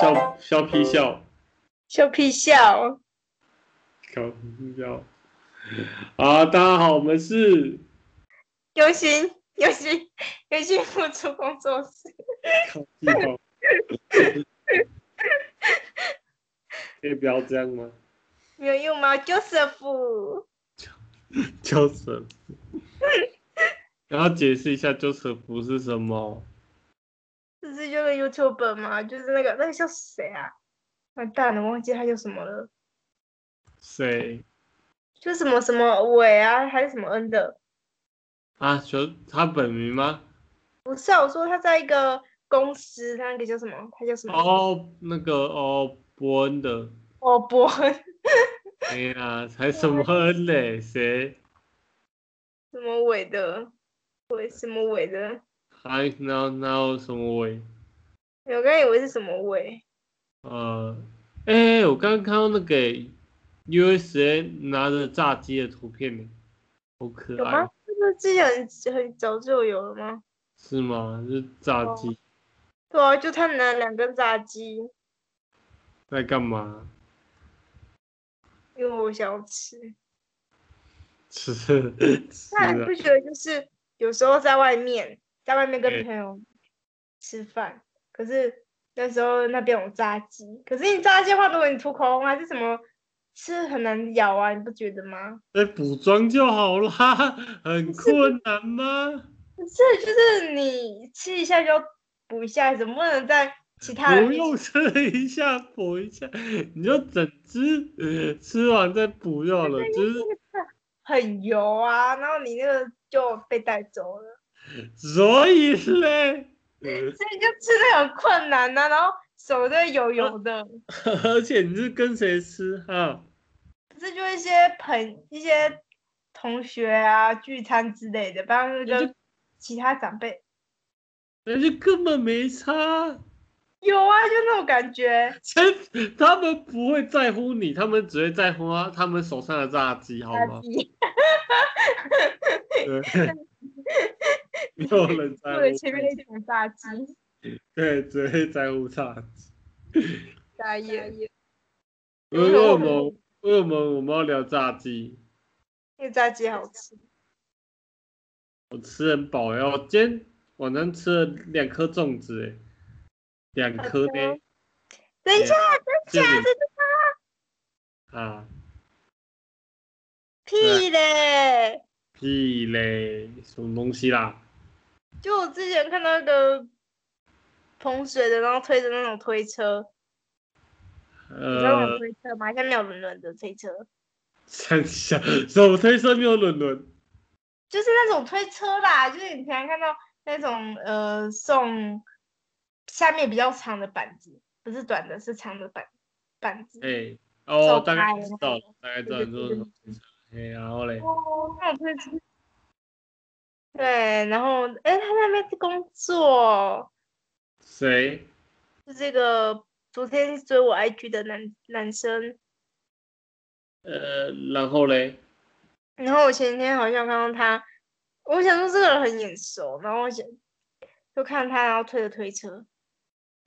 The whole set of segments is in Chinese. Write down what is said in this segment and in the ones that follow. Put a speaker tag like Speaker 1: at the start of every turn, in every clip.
Speaker 1: 笑笑屁笑，
Speaker 2: 笑屁笑，
Speaker 1: 笑屁笑。好，大家好，我们是
Speaker 2: 游行游行游行付出工作室，
Speaker 1: 靠屁哦可以不要这样吗？
Speaker 2: 没有用吗？Joseph，
Speaker 1: 就是，然后解释一下就是不是什么。
Speaker 2: 这是就是 YouTuber 嘛，就是那个那个叫谁啊？完蛋了，忘记他叫什么了，
Speaker 1: 谁
Speaker 2: 就是什么什么伟啊，还是什么恩的？
Speaker 1: 啊？就他本名吗？
Speaker 2: 不是啊，我说他在一个公司，他那个叫什么？他叫什么？
Speaker 1: 哦，那个哦，伯恩的。
Speaker 2: 哦，伯恩，
Speaker 1: 哎呀，才什么恩嘞？谁？
Speaker 2: 什么伟的，伟什么伟的？
Speaker 1: 还那那有什么伟？
Speaker 2: 我刚以为是什么伟，
Speaker 1: 呃，哎、我刚刚看到那个 USA 拿着炸鸡的图片呢，好可
Speaker 2: 有
Speaker 1: 爱
Speaker 2: 吗，？这个之前很很早就有了吗？
Speaker 1: 是吗？是炸鸡
Speaker 2: 对啊，就他拿两根炸鸡，
Speaker 1: 在干嘛？
Speaker 2: 因为我想要吃。
Speaker 1: 吃吃
Speaker 2: 那
Speaker 1: 啊
Speaker 2: 你不觉得就是有时候在外面，在外面
Speaker 1: 对
Speaker 2: 跟朋友吃饭，可是那时候那边有炸鸡，可是你炸鸡的话，如果你涂口红还是什么，吃很难咬啊，你不觉得吗？
Speaker 1: 再补妆就好啦， 很困难吗？
Speaker 2: 可是就是你吃一下就要补一下，总不能在其他人
Speaker 1: 不
Speaker 2: 面前
Speaker 1: 用吃一下补一下，你就整只呃吃完再补就好了，就是
Speaker 2: 很油啊，然后你那个就被带走了，
Speaker 1: 所以嘞，
Speaker 2: 所以就吃的很困难呐、然后手都会油油的。
Speaker 1: 而且你是跟谁吃哈、
Speaker 2: 可是就一些朋一些同学啊聚餐之类的，不然就是
Speaker 1: 那就
Speaker 2: 跟其他长辈
Speaker 1: 那就根本没差，
Speaker 2: 有啊，就那种感觉。
Speaker 1: 真他们不会在乎你，他们只会在乎他他们手上的炸鸡，好
Speaker 2: 垃
Speaker 1: 吗？
Speaker 2: 圾，
Speaker 1: 对，没有人在
Speaker 2: 或
Speaker 1: 乎
Speaker 2: 者前面
Speaker 1: 你，
Speaker 2: 一桶炸鸡，
Speaker 1: 对，只会在乎炸鸡。
Speaker 2: 大爷，
Speaker 1: 为为什么？为什么我们要聊炸鸡？
Speaker 2: 那个炸鸡好吃。
Speaker 1: 我吃很饱呀、我今天晚上吃了两颗粽子、欸，两颗呢，
Speaker 2: 等一下，
Speaker 1: 这
Speaker 2: 等一下，
Speaker 1: 里
Speaker 2: 这是
Speaker 1: 啊
Speaker 2: 屁嘞！
Speaker 1: 屁嘞，什么东西啦？
Speaker 2: 就我之前看到一个捧水的，然后推着那种推车，你知道那种
Speaker 1: 呃，
Speaker 2: 推车吗？下面有轮轮的推车，
Speaker 1: 想想什么推车没有轮轮？
Speaker 2: 就是那种推车啦，就是你平常看到那种呃送下面比较长的板子，不是短的，是长的板板子。
Speaker 1: 哎、哦
Speaker 2: 手，
Speaker 1: 大概
Speaker 2: 拍
Speaker 1: 知道了，大概知道你说什
Speaker 2: 对对
Speaker 1: 么推车。哎、然后嘞，
Speaker 2: 哦，那种推车。对，然后哎，他那边是工作，
Speaker 1: 谁？
Speaker 2: 就这个昨天追我 IG 的男男生，
Speaker 1: 呃，然后嘞，
Speaker 2: 然后我前几天好像看到他，我想说这个人很眼熟，然后我想就看他，然后推着推车，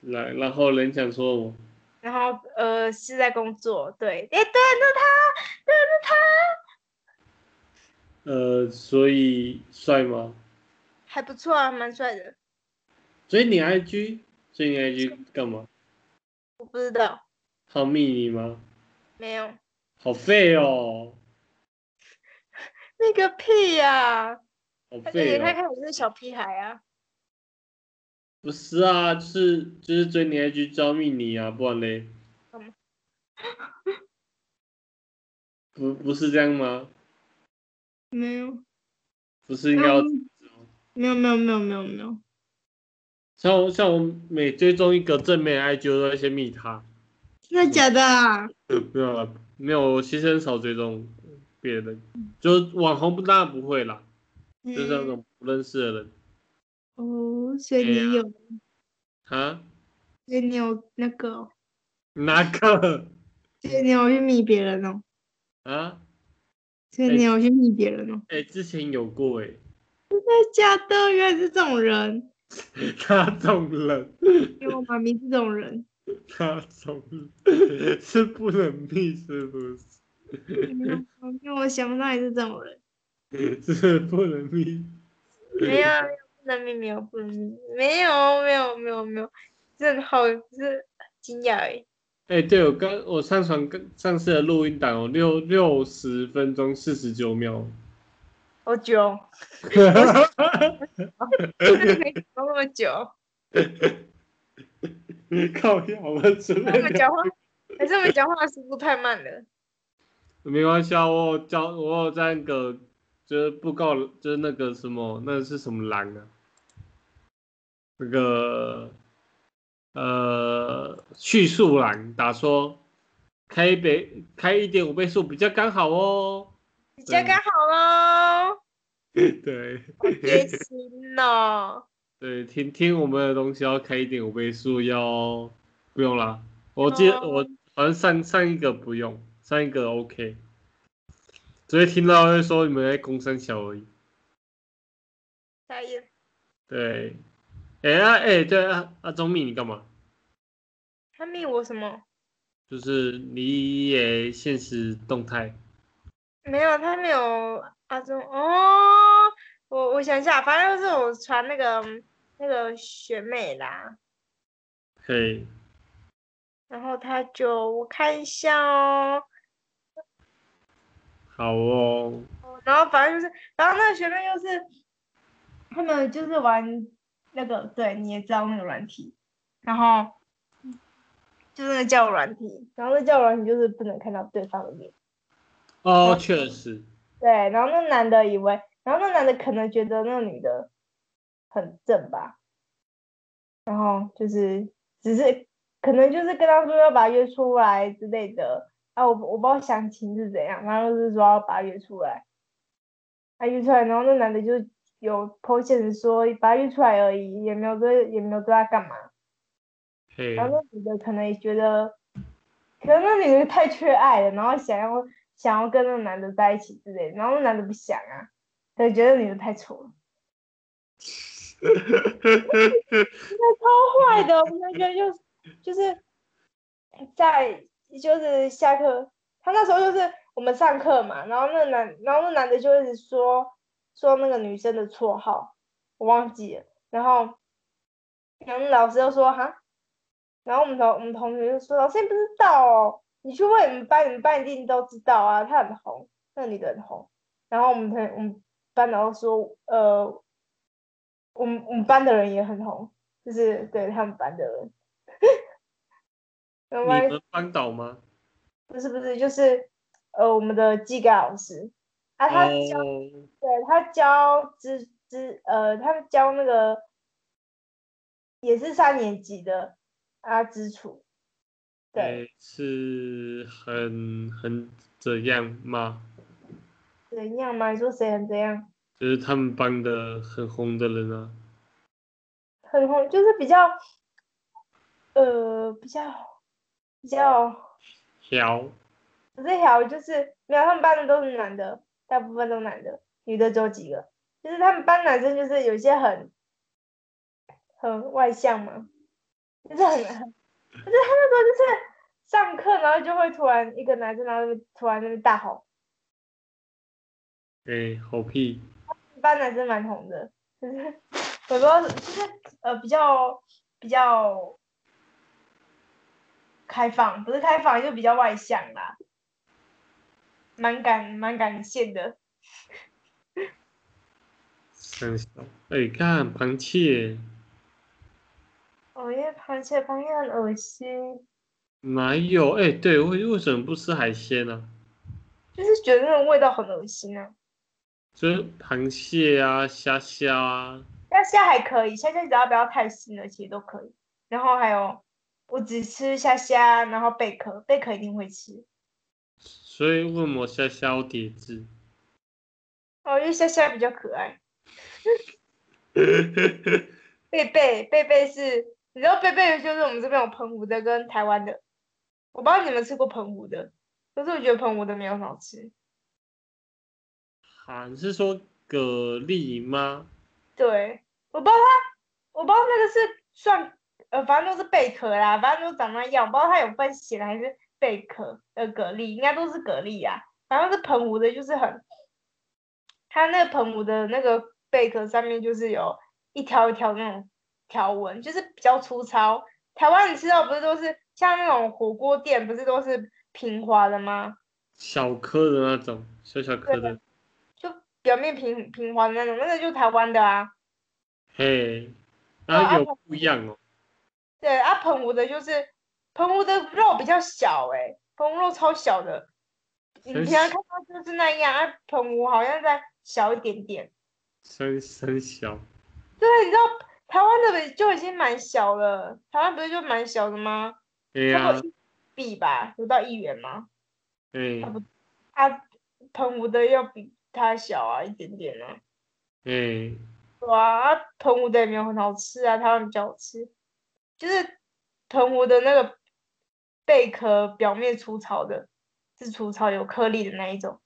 Speaker 1: 然然后人想说我，
Speaker 2: 然后呃是在工作，对，哎对，那他，对，那他
Speaker 1: 呃，所以帅吗？
Speaker 2: 还不错啊，蛮帅的。
Speaker 1: 所以你 IG，所以你 IG 干嘛？
Speaker 2: 我不知道，
Speaker 1: 好密你吗？
Speaker 2: 没有
Speaker 1: 好废哦，
Speaker 2: 那个屁呀、
Speaker 1: 好
Speaker 2: 他就
Speaker 1: 废
Speaker 2: 给他
Speaker 1: 哦。
Speaker 2: 看我是小屁孩啊，
Speaker 1: 不是啊，就是就是追你 IG 招密你啊，不然嘞
Speaker 2: 干嘛，
Speaker 1: 不不是这样吗？
Speaker 2: 没有，
Speaker 1: 不是应该要
Speaker 2: 嗯没有，没有，没有，没有，没有。
Speaker 1: 像我像我每追踪一个正面 IG 我都会先密他，
Speaker 2: 真的假的啊？
Speaker 1: 没有啦，没有，我其实很少追踪别人，就网红不当然不会啦，就是那种不认识的人
Speaker 2: 嗯哦，所以
Speaker 1: 对
Speaker 2: 你有，
Speaker 1: 啊，
Speaker 2: 所以你有那个哦，
Speaker 1: 哪个
Speaker 2: 所以你有去密别人哦，
Speaker 1: 啊？
Speaker 2: 所以
Speaker 1: 哎
Speaker 2: 你有去密别人哦，
Speaker 1: 哎、之前有过哎、
Speaker 2: 真的假的？原来是这种人，
Speaker 1: 他中了，
Speaker 2: 因为我妈咪是这种人，
Speaker 1: 那种是不能避，是不是？
Speaker 2: 因为我想不到你是这种人。
Speaker 1: 是不能避。
Speaker 2: 没有，不能避，没有，不能避，没有，没有，没有，没有，正好是惊讶哎。
Speaker 1: 哎、对我刚我上传刚上次的录音档哦，六六十分钟四十九秒，
Speaker 2: 好久哦，没讲那么久，
Speaker 1: 靠呀，我们准
Speaker 2: 我
Speaker 1: 备
Speaker 2: 们讲话还是我们讲话速度太慢了。
Speaker 1: 没关系啊，我有教我有在那个就是布告就是那个什么那是什么栏啊？那个呃叙述栏打说开一倍开一点五倍速比较刚好哦。
Speaker 2: 你家刚好喽，
Speaker 1: 对
Speaker 2: 别心哦。
Speaker 1: 对，听听我们的东西要开一点五倍速要不用啦，我记得、
Speaker 2: 哦
Speaker 1: 我好像上上一个不用，上一个 OK，只会听到会说你们在攻三小而已。
Speaker 2: 大爷，
Speaker 1: 对，哎、啊哎、对啊啊钟密你干嘛？
Speaker 2: 他密我什么？
Speaker 1: 就是你也现实动态，
Speaker 2: 没有，他没有阿忠哦。我我想一下，反正就是我传那个那个学妹啦，
Speaker 1: 可以
Speaker 2: 然后他就我看一下哦，
Speaker 1: 好哦，
Speaker 2: 然后反正就是，然后那个学妹又是他们就是玩那个，对，你也知道那个软体，然后就是那个叫软体，然后那叫软体就是不能看到对方的脸。
Speaker 1: 哦
Speaker 2: 好
Speaker 1: 确实，
Speaker 2: 对，然后那男的以为，然后那男的可能觉得那女的很正吧，然后就是只是可能就是跟他说要把他约出来之类的啊，我我不知道详情是怎样，反正就是说要把他约出来，他约出来，然后那男的就有 po 现实说把他约出来而已，也没有对也没有对他干嘛，
Speaker 1: 嘿，
Speaker 2: 然后那女的可能也觉得，可能那女的太缺爱了，然后想要想要跟那个男的在一起之类的，然后那男的不想啊，他就觉得那女的太丑了，那超坏的，我们那个就是就是在就是下课，他那时候就是我们上课嘛，然后那男然后那男的就一直说说那个女生的绰号，我忘记了，然后然后老师就说哈。然后我们同我们同学就说：“老师你不知道哦，你去问你们班，你们班一定都知道啊，她很红，那个女的很红。”然后我们同我们班然后说：“呃，我们我们班的人也很红，就是对他们班的人。 然后班
Speaker 1: 你们班导吗？
Speaker 2: 不是不是就是呃我们的技改老师啊，他教、
Speaker 1: 哦，
Speaker 2: 对他教之之呃，他教那个也是三年级的啊，之楚。对，
Speaker 1: 哎是很很怎样吗？
Speaker 2: 怎样嘛？你说谁很怎样？
Speaker 1: 就是他们班的很红的人啊，
Speaker 2: 很红，就是比较呃，比较比较
Speaker 1: 小
Speaker 2: 不是条，就是没有他们班的都是男的，大部分都男的，女的只有几个。就是他们班男生就是有些很很外向嘛，就是很很，就是他那时候就是上课，然后就会突然一个男生，然后就突然那边大吼，
Speaker 1: 哎、好屁，
Speaker 2: 班男生蛮红的，就是我说就是呃比较比较开放，不是开放就比较外向啦，蛮感蛮感谢的。
Speaker 1: 三小，哎、看螃蟹，
Speaker 2: 哦，因为螃蟹螃蟹很恶心，
Speaker 1: 哪有？哎、对，为为什么不吃海鲜呢、啊？
Speaker 2: 就是觉得那种味道很恶心啊。
Speaker 1: 就是螃蟹啊，虾虾啊，
Speaker 2: 但虾还可以，虾虾只要不要太腥了，其实都可以。然后还有，我只吃虾虾，然后贝壳，贝壳一定会吃。
Speaker 1: 所以问我虾虾要叠字，
Speaker 2: 哦，因为虾虾比较可爱。贝贝贝贝是，你知道贝贝就是我们这边有澎湖的跟台湾的，我不知道你们吃过澎湖的，可是我觉得澎湖的没有很好吃。
Speaker 1: 啊，你是说蛤蜊吗？
Speaker 2: 对，我不知道它，我不知道那个是算呃，反正都是贝壳啦，反正都长那样，我不知道它有分咸的还是贝壳的蛤蜊，应该都是蛤蜊啊。反正是澎湖的，就是很，它那个澎湖的那个贝壳上面就是有一条一条那种条纹，就是比较粗糙。台湾你吃到不是都是像那种火锅店，不是都是平滑的吗？
Speaker 1: 小颗的那种，小小颗的，
Speaker 2: 就表面平平滑的那种，那个就是台湾的啊。
Speaker 1: 嘿，然
Speaker 2: 啊
Speaker 1: 后有不一样哦，
Speaker 2: 对啊，澎湖的就是澎湖的肉比较小哎、澎湖肉超小的，你
Speaker 1: 真
Speaker 2: 平常
Speaker 1: 是
Speaker 2: 看到就是那样啊，澎湖好像再小一点点。
Speaker 1: 真真小，
Speaker 2: 对，你知道台湾的本就已经蛮小了，台湾不是就蛮小的吗？
Speaker 1: 哎呀
Speaker 2: 差不，多一币吧，有到一元吗？
Speaker 1: 哎
Speaker 2: 差不啊，澎湖的要比它小啊一点点啊。
Speaker 1: 哎，
Speaker 2: 对啊，啊澎湖的也没有很好吃啊，台湾比较好吃，就是澎湖的那个贝壳表面粗糙的，是粗糙有颗粒的那一种。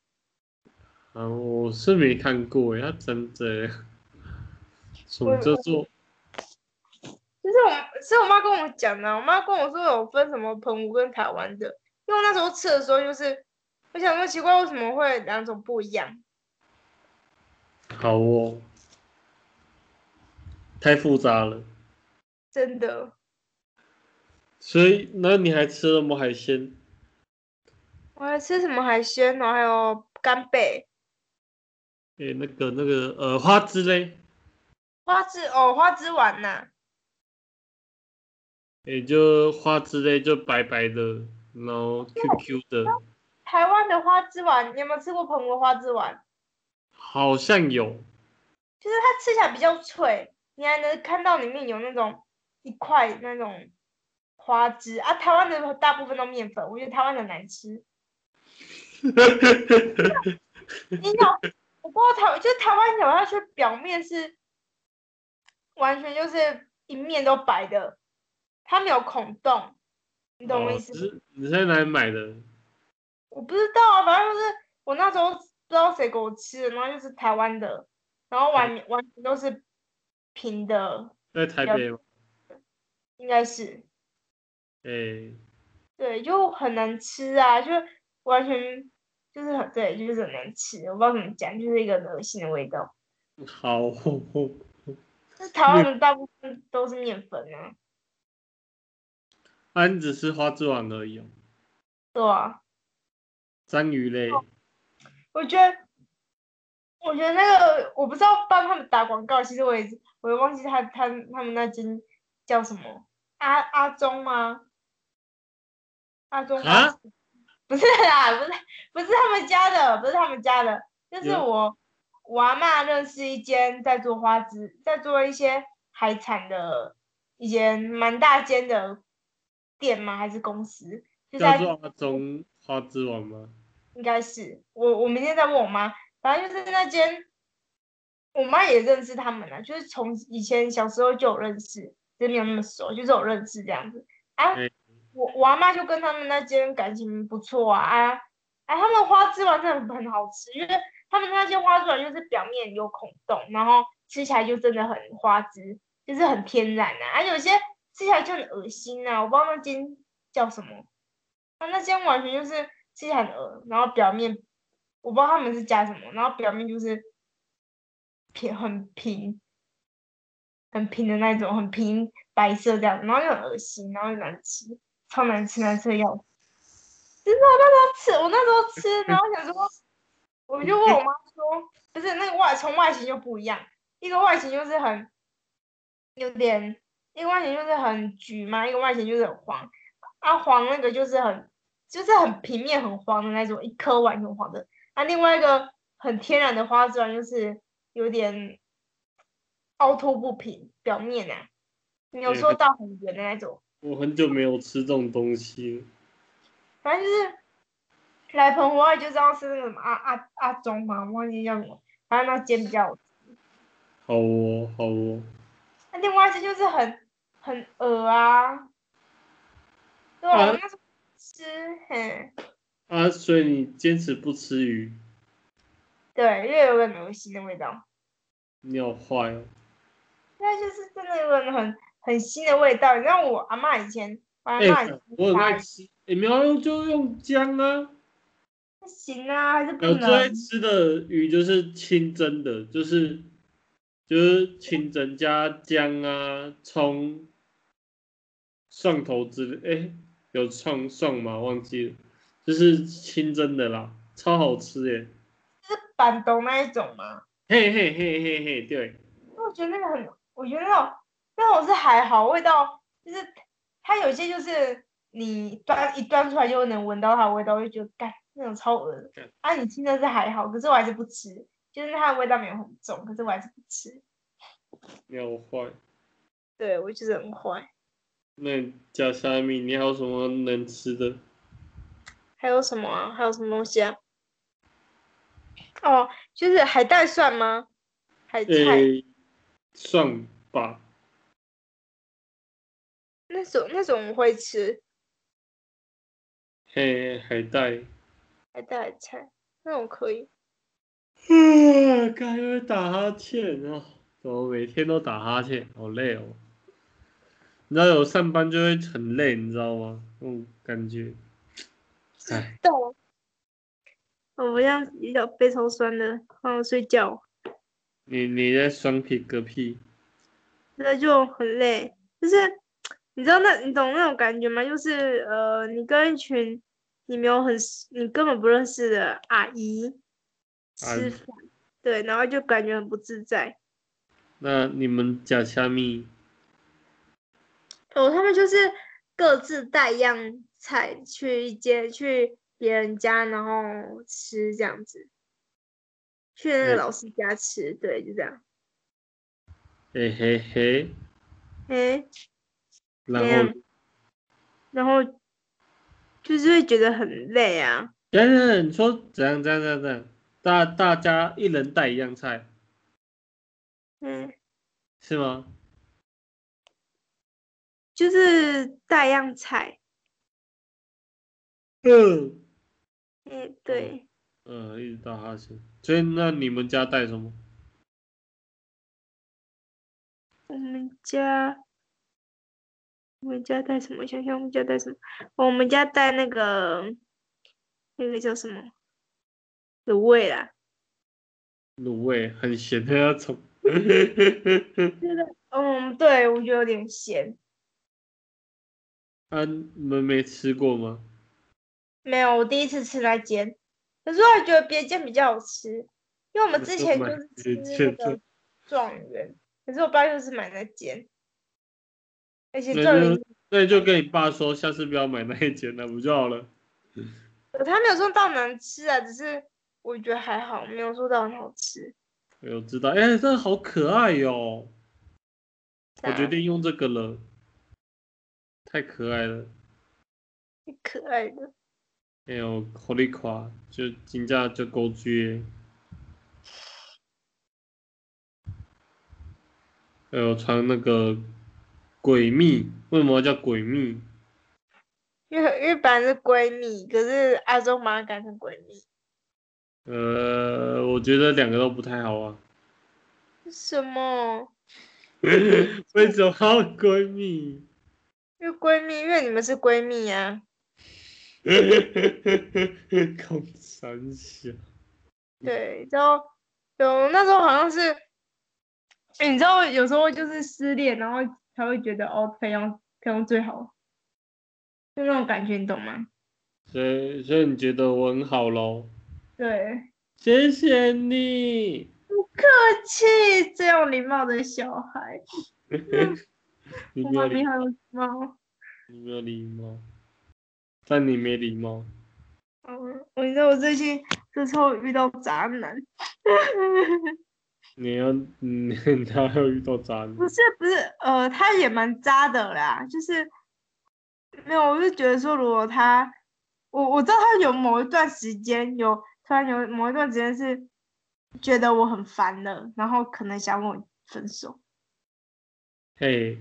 Speaker 1: 啊，我是没看过呀，真 的，什么叫做
Speaker 2: 就是我们是我妈跟我讲的啊，我妈跟我说有分什么澎湖跟台湾的，因为我那时候吃的时候就是，我想说奇怪为什么会两种不一样，
Speaker 1: 好哦？太复杂了，
Speaker 2: 真的。
Speaker 1: 所以那你还吃了什么海鲜？
Speaker 2: 我还吃什么海鲜哦呢？还有干贝、
Speaker 1: 哎，那个那个呃，花枝嘞，
Speaker 2: 花枝哦，花枝丸呐、
Speaker 1: 也就花枝类就白白的，然后 QQ 的，
Speaker 2: 台湾的花枝丸，你有没有吃过澎湖的花枝丸？
Speaker 1: 好像有，
Speaker 2: 就是它吃起来比较脆，你还能看到里面有那种一块那种花枝啊。台湾的大部分都面粉，我觉得台湾很难吃。你想，我不知道台，就是台湾咬下去表面是完全就是一面都白的，它没有孔洞，你 懂我意
Speaker 1: 哦
Speaker 2: 思
Speaker 1: 只
Speaker 2: 吗？
Speaker 1: 是你在哪里买的？
Speaker 2: 我不知道啊，反正就是我那时候不知道谁给我吃的，然后就是台湾的，然后完完全都是平的，
Speaker 1: 在台
Speaker 2: 了
Speaker 1: 北吗？
Speaker 2: 应该是。
Speaker 1: 哎、
Speaker 2: 对，就很难吃啊，就完全就是很对，就是很难吃。我不知道怎么讲，就是一个很恶心的味道。
Speaker 1: 好 哦，
Speaker 2: 就是台湾的大部分都是面粉啊，
Speaker 1: 啊，你只是花枝丸而已哦。
Speaker 2: 对啊，
Speaker 1: 章鱼类，
Speaker 2: 我觉得，我觉得那个我不知道帮他们打广告，其实我也是我也忘记他他他们那间叫什么阿阿中吗？阿中
Speaker 1: 啊
Speaker 2: 花 不是啦，不是不是他们家的，不是他们家的，就是
Speaker 1: 有
Speaker 2: 我我阿妈认识一间在做花枝，在做一些海产的一间蛮大间的店吗？还是公司？就
Speaker 1: 叫
Speaker 2: 在
Speaker 1: 做阿中花枝丸吗？
Speaker 2: 应该是我，我明天再问我妈。反正就是那间，我妈也认识他们啊，就是从以前小时候就有认识，就没有那么熟，就是有认识这样子啊
Speaker 1: 嗯。
Speaker 2: 我我阿妈就跟他们那间感情不错啊啊啊！他们花枝丸真的很好吃，因为他们那间花枝丸就是表面有孔洞，然后吃起来就真的很花枝，就是很天然啊。啊，有些吃起来就很恶心啊，我不知道那间叫什么。他那间完全就是吃起来很鹅，然后表面我不知道他们是加什么，然后表面就是平很平很平的那种，很平白色这样子，然后又很恶心，然后又难吃，超难吃，难吃的要死。真的，我那时候吃，我那时候吃，然后想说，我就问我妈说，不是那个外从外形就不一样，一个外形就是很有点，一个外形就是很橘嘛，一个外形就是很黄。啊，黄那个就是很就是很平面很黄的那种，一颗完全黄的。啊，另外一个很天然的花枝丸就是有点凹凸不平，表面啊，有时候
Speaker 1: 对
Speaker 2: 到很圆的那种。
Speaker 1: 我很久没有吃这种东西了。
Speaker 2: 反正就是来澎湖外就知道是那个什么阿阿阿中嘛，忘记叫什么，反正那煎比较好吃。
Speaker 1: 好哦，好哦，
Speaker 2: 那另外一只就是很很鹅啊，对啊，
Speaker 1: 啊
Speaker 2: 我那时候吃，嘿，
Speaker 1: 啊，所以你坚持不吃鱼，
Speaker 2: 对，因为有点恶心的味道。
Speaker 1: 你好坏哦。
Speaker 2: 那就是真的有人很很新的味道。你知道我阿妈以前，我阿
Speaker 1: 哎、
Speaker 2: 妈以前
Speaker 1: 我很爱
Speaker 2: 炸
Speaker 1: 吃，哎你们要用啊就用姜啊。
Speaker 2: 不行啊，还是不
Speaker 1: 我呃最爱
Speaker 2: 能。
Speaker 1: 吃的鱼就是清蒸的，就是就是清蒸加姜啊、葱、蒜头之类，哎、有蒜蒜吗？忘记了，就是清蒸的啦，超好吃耶！
Speaker 2: 板东那一种吗？
Speaker 1: 嘿嘿嘿嘿嘿，对，
Speaker 2: 因为我觉得那个很，我觉得那种那种是还好，味道就是它有些就是你端一端出来就能闻到它的味道，就觉得干那种超恶的
Speaker 1: 干。
Speaker 2: 啊，你听的是还好，可是我还是不吃，就是它的味道没有很重，可是我还是不吃。
Speaker 1: 你好坏。
Speaker 2: 对，我就是很坏。
Speaker 1: 那你加虾米，你还有什么能吃的？
Speaker 2: 还有什么啊？还有什么东西啊？哦，就是海带算吗？海菜、
Speaker 1: 哎、蒜吧，
Speaker 2: 那种那种我会吃，
Speaker 1: 嘿，海带。
Speaker 2: 海带海菜那种可以。
Speaker 1: 嗯，该会打哈欠啊！怎么每天都打哈欠，好累哦。你知道有上班就会很累，你知道吗？那种感觉。哎，
Speaker 2: 对，我哦我这样比较背超酸的，然后睡觉，
Speaker 1: 你你在双屁个屁？
Speaker 2: 那就很累。就是你知道那你懂那种感觉吗？就是呃，你跟一群你没有很你根本不认识的阿姨
Speaker 1: 阿姨
Speaker 2: 吃饭，对，然后就感觉很不自在。
Speaker 1: 那你们假虾米？
Speaker 2: 哦，他们就是各自带一样菜去一间去别人家，然后吃这样子，去那个
Speaker 1: 对
Speaker 2: 老师家吃，对，就这样。
Speaker 1: 嘿嘿嘿，
Speaker 2: 诶、
Speaker 1: 然
Speaker 2: 怎样
Speaker 1: 后，
Speaker 2: 然后就是会觉得很累啊。
Speaker 1: 等等等，你说怎样怎样怎样怎样？大大家一人带一样菜
Speaker 2: 嗯，
Speaker 1: 是吗？
Speaker 2: 就是带一样菜。
Speaker 1: 嗯。
Speaker 2: 嗯，对，
Speaker 1: 呃，一直打哈欠。所以那你们家带什么？
Speaker 2: 我们家，我们家带什么？想想我们家带什么？哦我们家带那个，那个叫什么？卤味啦。
Speaker 1: 卤味，很咸的那 种。
Speaker 2: 嗯，对，我觉得有点咸。
Speaker 1: 啊，你们没吃过吗？
Speaker 2: 没有，我第一次吃那间，可是我还觉得别间比较好吃，因为我们之前就
Speaker 1: 买
Speaker 2: 是
Speaker 1: 别
Speaker 2: 吃
Speaker 1: 间
Speaker 2: 那个状元，可是我爸就是买那间，而且
Speaker 1: 那
Speaker 2: 状元
Speaker 1: 就那就跟你爸说，下次不要买那一间了，不就好了？
Speaker 2: 他没有说到难吃啊，只是我觉得还好，没有说到很好吃。
Speaker 1: 哎呦，知道，哎、这个好可爱哟、我决定用这个了，太可爱了。
Speaker 2: 挺可爱的，
Speaker 1: 哎呦，好力垮，就金价就高居。哎呦，穿那个鬼蜜，为什么叫鬼蜜？
Speaker 2: 因为因为本来是闺蜜，可是阿忠把她改成闺蜜，
Speaker 1: 呃，我觉得两个都不太好啊。
Speaker 2: 什么？
Speaker 1: 为什么要闺蜜？
Speaker 2: 因为闺蜜，因为你们是闺蜜啊。
Speaker 1: 空三小，
Speaker 2: 对，然后有那时候好像是，欸你知道，有时候就是失恋，然后才会觉得哦，朋友朋友最好，就那种感觉，你懂吗？
Speaker 1: 所以所以你觉得我很好喽？
Speaker 2: 对，
Speaker 1: 谢谢你。
Speaker 2: 客气，最有礼貌的小孩，
Speaker 1: 你
Speaker 2: 我
Speaker 1: 没有
Speaker 2: 妈
Speaker 1: 礼
Speaker 2: 咪好有礼貌。
Speaker 1: 你没有礼貌，但你没礼貌。
Speaker 2: 嗯，我知道我最近这时候遇到渣男，
Speaker 1: 你要，嗯，你还要遇到渣
Speaker 2: 不
Speaker 1: 男，
Speaker 2: 是不是，呃，他也蛮渣的啦，就是没有，我是觉得说，如果他，我我知道他有某一段时间有突然有某一段时间是觉得我很烦了，然后可能想跟我分手，
Speaker 1: 嘿，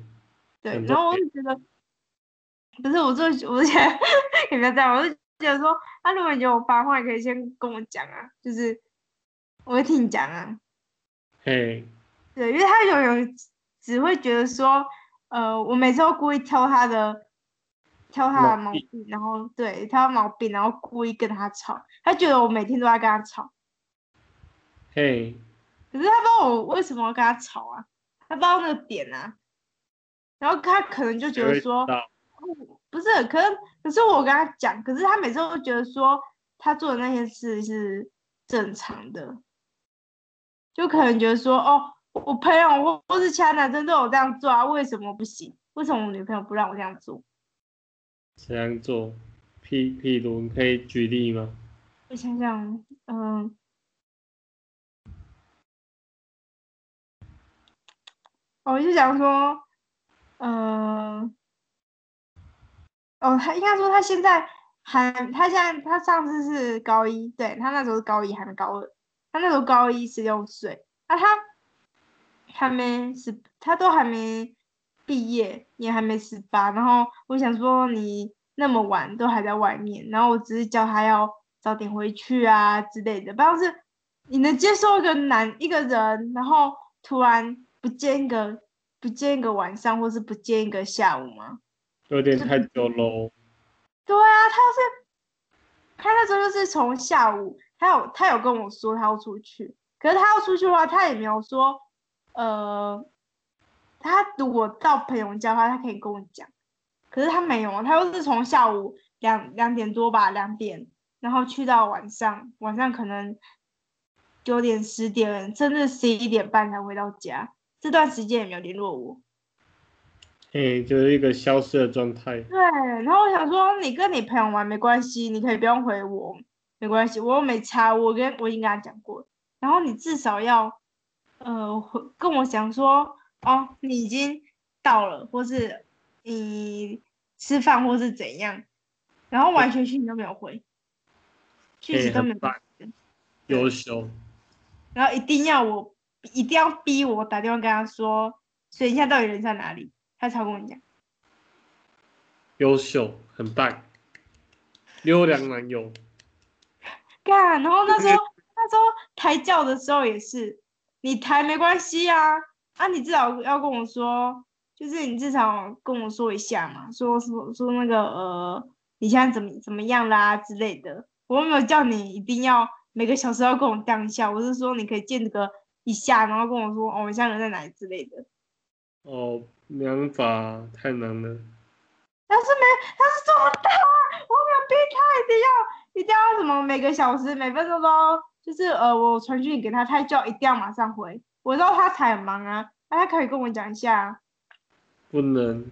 Speaker 2: 对，
Speaker 1: 很
Speaker 2: 然后我就觉得，不是，我就我就觉得 也不要这样，我就觉得说，啊，如果你觉得我烦的话，你可以先跟我讲啊，就是我会听你讲啊，
Speaker 1: 嘿，
Speaker 2: 对，因为他永远只会觉得说，呃，我每次都故意挑他的挑他的毛
Speaker 1: 毛病
Speaker 2: 病，然后对挑他毛病，然后故意跟他吵，他觉得我每天都在跟他吵，
Speaker 1: 嘿，
Speaker 2: 可是他不知道我为什么要跟他吵啊，他不知道那个点啊，然后他可能就觉得
Speaker 1: 谁会
Speaker 2: 说
Speaker 1: 知，道
Speaker 2: 不是，可是可是我跟他讲，可是他每次都觉得说他做的那些事是正常的，就可能觉得说哦，我朋友或或是其他男生都有这样做啊，为什么不行？为什么我女朋友不让我这样做？
Speaker 1: 怎样做？譬譬如，你可以举例吗？
Speaker 2: 我想想，嗯，哦我就想说，嗯、哦，他应该说他现在还，他现在他上次是高一，对他那时候是高一还没高二，他那时候高一十六岁，那、他还没十，他都还没毕业，也还没十八。然后我想说，你那么晚都还在外面，然后我只是叫他要早点回去啊之类的。但是你能接受一个男一个人，然后突然不见一个不见一个晚上，或是不见一个下午吗？
Speaker 1: 有点太久喽。
Speaker 2: 对啊，他是他那时候就是从下午，他有他有跟我说他要出去，可是他要出去的话，他也没有说，呃，他如果到朋友家的话，他可以跟我讲，可是他没有啊，他就是从下午两两点多吧，两点，然后去到晚上，晚上可能九点、十点，甚至十一点半才回到家，这段时间也没有联络我。
Speaker 1: 嘿，就是一个消失的状态。
Speaker 2: 对，然后我想说，你跟你朋友玩没关系，你可以不用回我，没关系，我又没差，我跟我已经跟他讲过。然后你至少要，呃，回跟我讲说，哦，你已经到了，或是你吃饭，或是怎样。然后完全讯息都没有回，讯息
Speaker 1: 嘿，
Speaker 2: 都没有
Speaker 1: 很
Speaker 2: 回
Speaker 1: 棒，，优秀。
Speaker 2: 然后一定要我，一定要逼我打电话跟他说，所以你现在到底人在哪里？他才会跟我讲。
Speaker 1: 优秀，很棒，优良男友。
Speaker 2: 干，然后那时
Speaker 1: 对
Speaker 2: 候那时候抬轿的时候也是，你抬没关系啊，啊，你至少要跟我说，就是你至少跟我说一下嘛，说说说那个呃，你现在怎么怎么样啦之类的，我又没有叫你一定要每个小时要跟我当一下，我是说你可以间隔一下，然后跟我说哦，你现在人在哪里之类的。
Speaker 1: 哦，没办法，太难了。
Speaker 2: 他是没，他是做不到啊！我没有逼他一定要一定要什么每个小时每分钟都就是呃，我传讯给他，他就要一定要马上回。我知道他才很忙啊，那他可以跟我讲一下啊。
Speaker 1: 不能，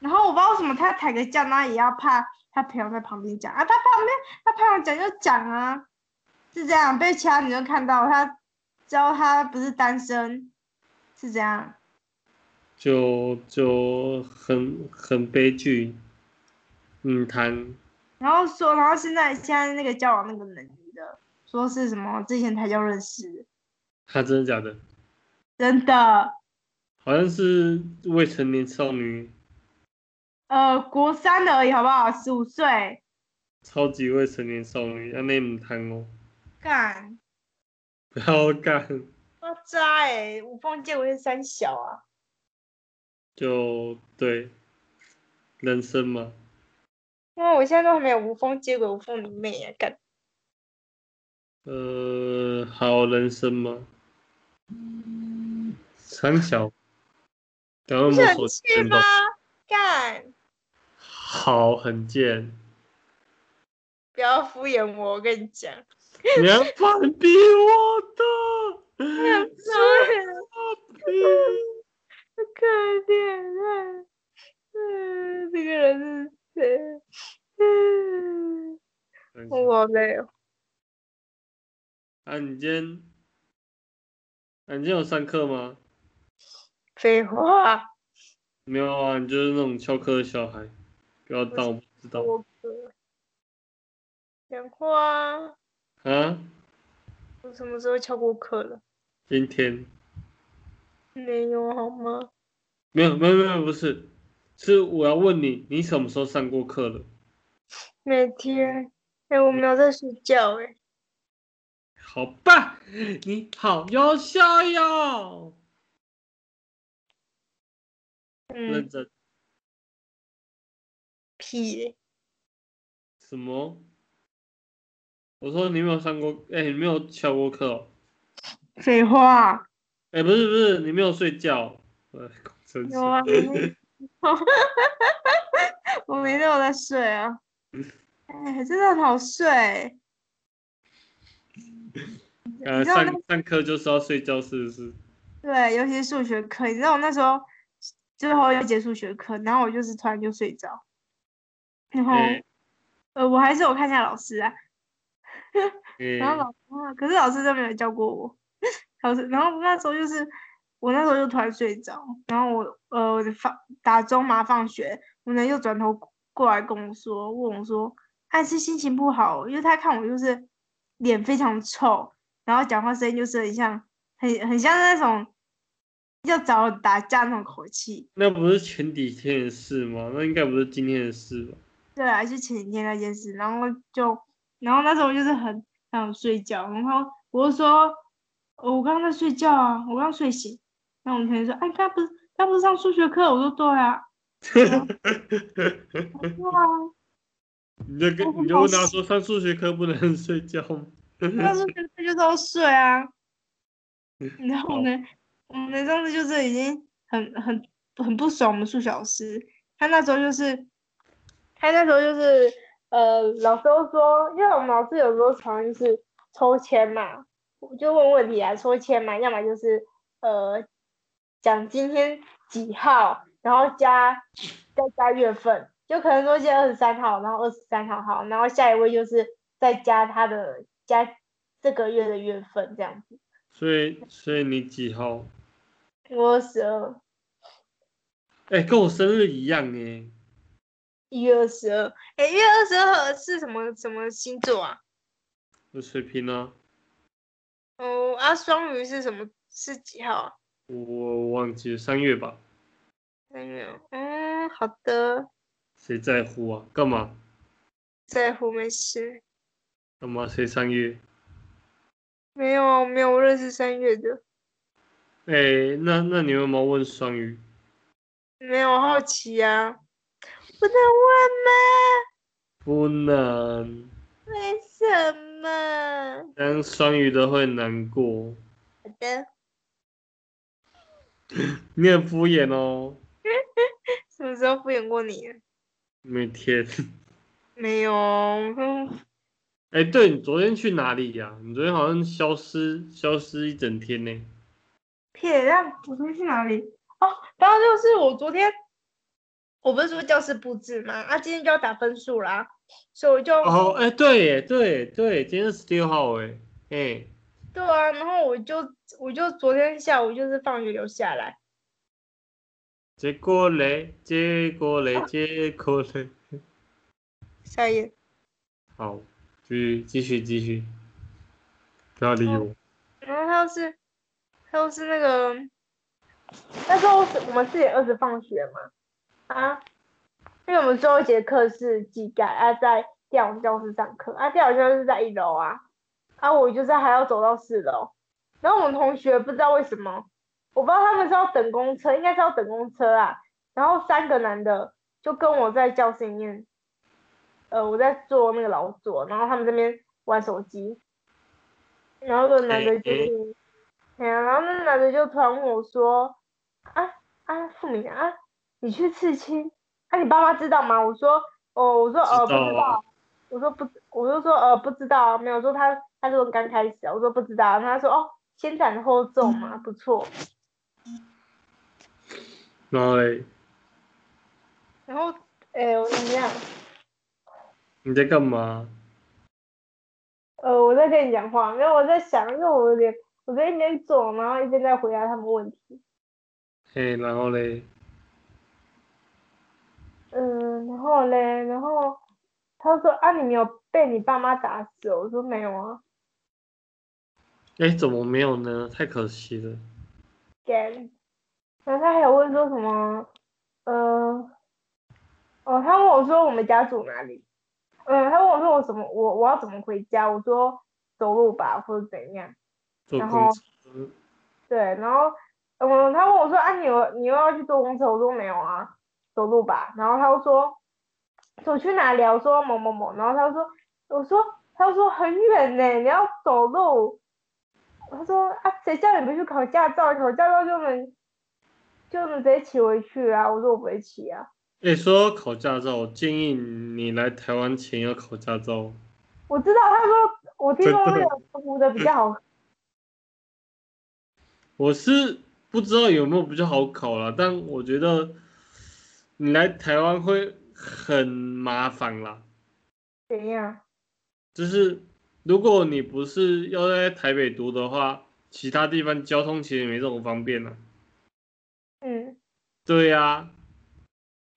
Speaker 2: 然后我不知道为什么他抬个价，那也要怕他朋友在旁边讲啊，他旁边他朋友讲就讲啊，是这样被其他女生看到，他知道他不是单身，是这样。
Speaker 1: 就就很很悲剧。嗯，谈
Speaker 2: 然后说，然后现在现在那个交往那个男的说是什么之前才叫认识的。
Speaker 1: 他真的假的？
Speaker 2: 真的，
Speaker 1: 好像是未成年少女，
Speaker 2: 呃，国三的而已，好不好？十五岁，
Speaker 1: 超级未成年少女，让你唔谈哦，
Speaker 2: 干，
Speaker 1: 不要干，
Speaker 2: 我渣哎、欸！无缝接轨是三小啊，
Speaker 1: 就对，人生嘛，
Speaker 2: 因为我现在都还没有无缝接轨，无缝你妹啊！干，
Speaker 1: 呃，好人生嘛，三小，赶快
Speaker 2: 不是很
Speaker 1: 摸索
Speaker 2: 气
Speaker 1: 行
Speaker 2: 吗
Speaker 1: 动，？
Speaker 2: 干，
Speaker 1: 好，很贱，
Speaker 2: 不要敷衍我，我跟你讲，
Speaker 1: 你要反逼我的，逼
Speaker 2: 可怜啊，嗯，这个人是谁？嗯，我好累哦。
Speaker 1: 啊，你今天，啊，你今天有上课吗？
Speaker 2: 废话，
Speaker 1: 没有啊，你就是那种翘课的小孩，不要当我不知道
Speaker 2: 我哥，讲话啊，
Speaker 1: 啊。
Speaker 2: 我什么时候翘过课了？
Speaker 1: 今天
Speaker 2: 没有好吗？
Speaker 1: 没有没有没有不是，是我要问你，你什么时候上过课了？
Speaker 2: 每天，哎、我没有在睡觉、哎，
Speaker 1: 好棒，你好优秀哟！认
Speaker 2: 嗯，
Speaker 1: 真
Speaker 2: 屁，
Speaker 1: 什么？我说你没有上过，哎、你没有翘过课、哦，
Speaker 2: 废话，
Speaker 1: 哎、不是不是，你没有睡觉，呃，真是
Speaker 2: 有啊， 我每天有在睡啊，哎，真的很好睡，
Speaker 1: 呃，
Speaker 2: 你知道
Speaker 1: 上
Speaker 2: 那
Speaker 1: 上课就是要睡觉，是不是？
Speaker 2: 对，尤其是数学课，你知道我那时候最后要结数学课，然后我就是突然就睡着，然后、
Speaker 1: 哎、
Speaker 2: 呃，我还是有看一下老师啊，
Speaker 1: 哎、
Speaker 2: 然后老师啊，可是老师都没有教过我。老师，然后那时候就是我那时候就突然睡着，然后我呃我的放打中嘛放学，我呢又转头过来跟我说，问我说，他是心情不好，因为他看我就是脸非常臭，然后讲话声音就是很像很很像那种要找我打架那种口气。
Speaker 1: 那不是前几天的事吗？那应该不是今天的事吧？
Speaker 2: 对啊，就前几天那件事，然后就，然后那时候就是很很想睡觉，然后我就说，哦我刚刚在睡觉啊，我刚睡醒。然后我们同学说，哎，他不是他不是上数学课？我说对啊，对啊，
Speaker 1: 你就
Speaker 2: 我
Speaker 1: 跟
Speaker 2: 很
Speaker 1: 你就问
Speaker 2: 好
Speaker 1: 他说，上数学课不能睡觉吗？
Speaker 2: 那数学课就是要睡啊。 然后呢，我们上次就是已经很很很不爽我们数学老师，他那时候就是，他那时候就是，呃，老师都说，因为我们老师有时候常常就是抽签嘛，就问问题啊，抽签嘛，要么就是呃讲今天几号，然后加再加月份，就可能说现在二十三号，然后二十三号好，然后下一位就是再加他的加这个月的月份这样子，
Speaker 1: 所以所以你几号？
Speaker 2: 我十二。
Speaker 1: 哎、跟我生日一样哎、
Speaker 2: 一月二十二，哎，一月二十二是什么什么星座啊？
Speaker 1: 我水平啊，
Speaker 2: 哦，啊，双鱼是什么？是几号啊？
Speaker 1: 我我忘记了三月吧，
Speaker 2: 三月哦。嗯，好的，
Speaker 1: 谁在乎啊？干嘛
Speaker 2: 在乎没事。
Speaker 1: 干嘛？谁三月？
Speaker 2: 没有啊，我没有认识三月的，
Speaker 1: 哎、那那你有没有问双鱼？
Speaker 2: 没有好奇啊。不能
Speaker 1: 不
Speaker 2: 问
Speaker 1: 能，
Speaker 2: 吗？为什么？
Speaker 1: 这样双鱼的会难过。
Speaker 2: 好的，
Speaker 1: 你很敷衍哦，
Speaker 2: 什么时候敷衍过你啊？
Speaker 1: 每天。
Speaker 2: 没有，嗯，
Speaker 1: 哎、对你昨天去哪里呀、你昨天好像消失消失一整天呢、
Speaker 2: 撇让我昨天去哪里？哦，然后就是我昨天，我不是说教室布置吗？啊，今天就要打分数啦，所以我就、
Speaker 1: 哦，哎、对耶，对耶对耶，今天是十六号哎，哎、
Speaker 2: 对啊，然后我就我就昨天下午就是放学留下来，
Speaker 1: 结果嘞，结果嘞，结果嘞，
Speaker 2: 下一页
Speaker 1: 好，继续继续继续，不要理我，
Speaker 2: 然后他又是，他又是那个，那时候是我们四点二十放学嘛，啊，因为我们最后一节课是技改啊，在电脑教室上课啊，电脑教室在一楼啊，啊，我就是还要走到四楼，然后我们同学不知道为什么，我不知道他们是要等公车，应该是要等公车啊，然后三个男的就跟我在教室里面，呃，我在做那个劳作，然后他们这边玩手机，然后那个男的就
Speaker 1: 哎哎
Speaker 2: 是。哎呀，然后那男的就突然问我说：“啊啊，富明啊，你去刺青？啊，你爸妈知道吗？”我说：“哦，我说呃，
Speaker 1: 知
Speaker 2: 不
Speaker 1: 道
Speaker 2: 知
Speaker 1: 啊
Speaker 2: 道。”我说不，我就说呃不知道啊，没有我说他他说刚开始啊，我说不知道啊，然后他说哦先斩后奏嘛，不错。
Speaker 1: 然后嘞，
Speaker 2: 然后哎，我怎么样？
Speaker 1: 你在干嘛？
Speaker 2: 呃，我在跟你讲话，没有我在想，因为我有点我在一边走，然后一边在回答他们问题。
Speaker 1: 嘿，哎然后嘞，
Speaker 2: 嗯，然后嘞，然后他说啊，你没有被你爸妈打死哦？我说没有啊。
Speaker 1: 哎、怎么没有呢？太可惜了。
Speaker 2: 干，然后他还有问说什么，呃，哦，他问我说我们家住哪里，嗯，他问我说我怎么我我要怎么回家，我说走路吧或者怎样，
Speaker 1: 坐
Speaker 2: 然
Speaker 1: 公
Speaker 2: 后
Speaker 1: 车，
Speaker 2: 对，然后嗯，他问我说：“啊，你有你又要去坐公车？”我说：“没有啊，走路吧。”然后他又说：“走去哪里啊？”我说：“某某某。”然后他就说：“我说，他就说很远呢，你要走路。”他说：“啊，谁叫你不去考驾照？考驾照就能就能直接骑回去啊！”我说：“我不会骑啊。
Speaker 1: 哎，说到考驾照，我建议你来台湾前要考驾照。”
Speaker 2: 我知道，他说我听说那
Speaker 1: 真的
Speaker 2: 个澎湖的比较好，
Speaker 1: 我是不知道有没有比较好考啦，但我觉得你来台湾会很麻烦啦。
Speaker 2: 怎样？
Speaker 1: 就是如果你不是要在台北读的话，其他地方交通其实没这么方便啦。
Speaker 2: 嗯，
Speaker 1: 对呀、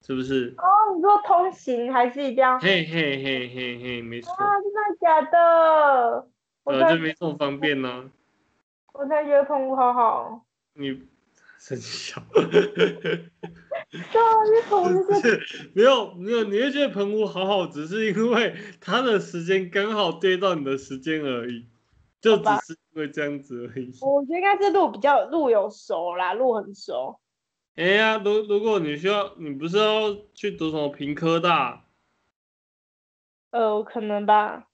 Speaker 1: 是不是？
Speaker 2: 哦，你说通行还是一定要？
Speaker 1: 嘿嘿嘿嘿嘿，没错，
Speaker 2: 啊，真的假的？我
Speaker 1: 呃，
Speaker 2: 突
Speaker 1: 就
Speaker 2: 然
Speaker 1: 没这么方便啦、
Speaker 2: 我突然觉得澎湖好好哦，
Speaker 1: 你真小，
Speaker 2: 对啊，因为澎湖就是
Speaker 1: 没有没有，你会觉得澎湖好好，只是因为它的时间刚好对到你的时间而已，就
Speaker 2: 好
Speaker 1: 只
Speaker 2: 吧
Speaker 1: 是因为这样子而已。
Speaker 2: 我觉得应该是路比较路有熟啦，路很熟。
Speaker 1: 哎呀，如如果你需要，你不是要去读什么屏科大？
Speaker 2: 呃，可能吧。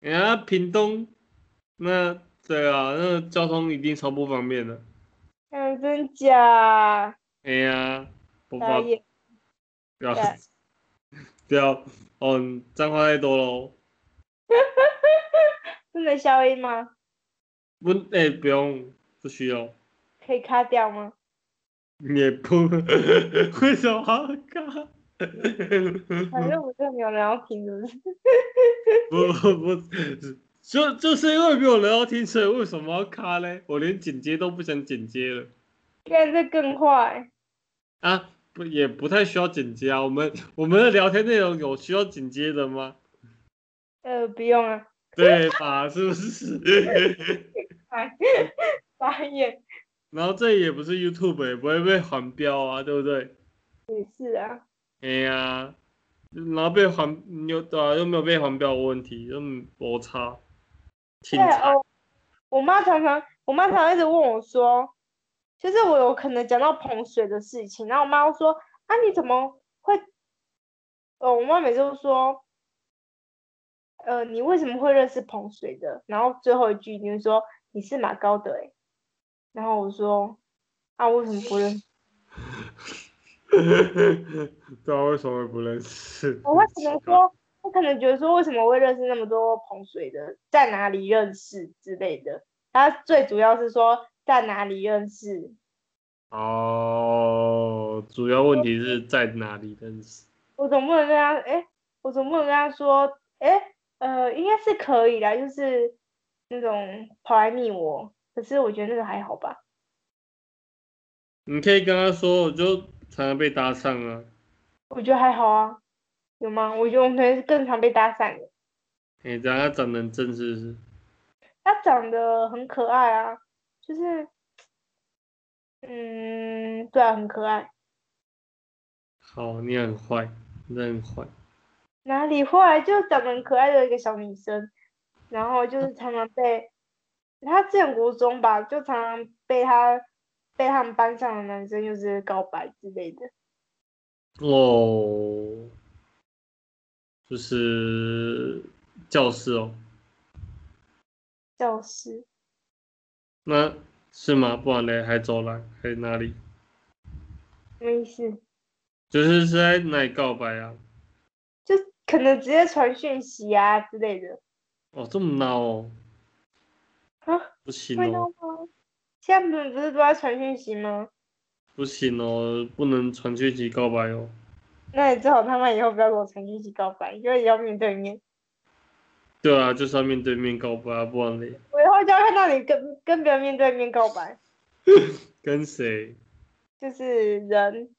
Speaker 1: 人家哎屏东，那对啊，那交通一定超不方便的。
Speaker 2: 嗯，真假？
Speaker 1: 哎呀，不
Speaker 2: 大
Speaker 1: 方
Speaker 2: 爷，
Speaker 1: 不要
Speaker 2: 对
Speaker 1: 不要哦，你脏话太多喽。
Speaker 2: 真的消音吗？
Speaker 1: 不，哎、不用，不需要，
Speaker 2: 可以卡掉吗？
Speaker 1: 也不 为什么好尬？
Speaker 2: 反正我这没有人要听，是不 是？
Speaker 1: 不 不不，就就是因为没有人要听，所以为什么要卡嘞？我连剪接都不想剪接了。
Speaker 2: 现在这更坏。
Speaker 1: 啊，不也不太需要剪接啊。我们我们的聊天内容有需要剪接的吗？
Speaker 2: 呃，不用啊，
Speaker 1: 对吧？是不是？
Speaker 2: 大爷
Speaker 1: 然后这也不是 YouTube，也不欸会被黄标啊，对不对？
Speaker 2: 也是啊。
Speaker 1: 哎呀，然后被黄又对啊，又没有被黄标的问题，又嗯摩擦，挺
Speaker 2: 对
Speaker 1: 惨。
Speaker 2: 哦，我妈常常，我妈常常一直问我说，就是我有可能讲到捧水的事情，然后我妈就说，啊，你怎么会？呃，我妈每次都说，呃，你为什么会认识彭水的？然后最后一句你就说你是马高的、欸，然后我说啊，为什么不认识？
Speaker 1: 对啊，为什么会不认识？
Speaker 2: 我会可能说，我可能觉得说，为什么会认识那么多彭水的，在哪里认识之类的。他最主要是说在哪里认识，
Speaker 1: 哦，主要问题是在哪里认识？
Speaker 2: 我总不能跟他，哎、我总不能跟他说，哎、呃，应该是可以的，就是那种跑来密我，可是我觉得那个还好吧。
Speaker 1: 你可以跟他说，我就常常被搭讪啊。
Speaker 2: 我觉得还好啊，有吗？我觉得我们是更常被搭讪的。
Speaker 1: 哎、欸，等下长得很正是不是？
Speaker 2: 他长得很可爱啊，就是，嗯，对啊，很可爱。
Speaker 1: 好，你很坏，你真的很坏。
Speaker 2: 哪里坏？就长得很可爱的一个小女生，然后就是常常被她之前国中吧，就常常被她被他们班上的男生就是告白之类的。
Speaker 1: 哦，就是教室哦，
Speaker 2: 教室
Speaker 1: 那是吗？不然嘞，还走廊还哪里？
Speaker 2: 什么意思？
Speaker 1: 就是是在哪里告白啊？
Speaker 2: 就可能直接传讯息啊之类的，
Speaker 1: 哦，这么闹哦，
Speaker 2: 啊，
Speaker 1: 不行
Speaker 2: 会闹
Speaker 1: 哦，
Speaker 2: 吗？现在不是不是都在传讯息吗？
Speaker 1: 不行哦，不能传讯息告白哦。
Speaker 2: 那你最好他妈以后不要跟我传讯息告白，因为也要面对面。
Speaker 1: 对啊，就是要面对面告白啊，不然嘞，
Speaker 2: 我以后就要看到你跟跟别人面对面告白，
Speaker 1: 跟谁？
Speaker 2: 就是人。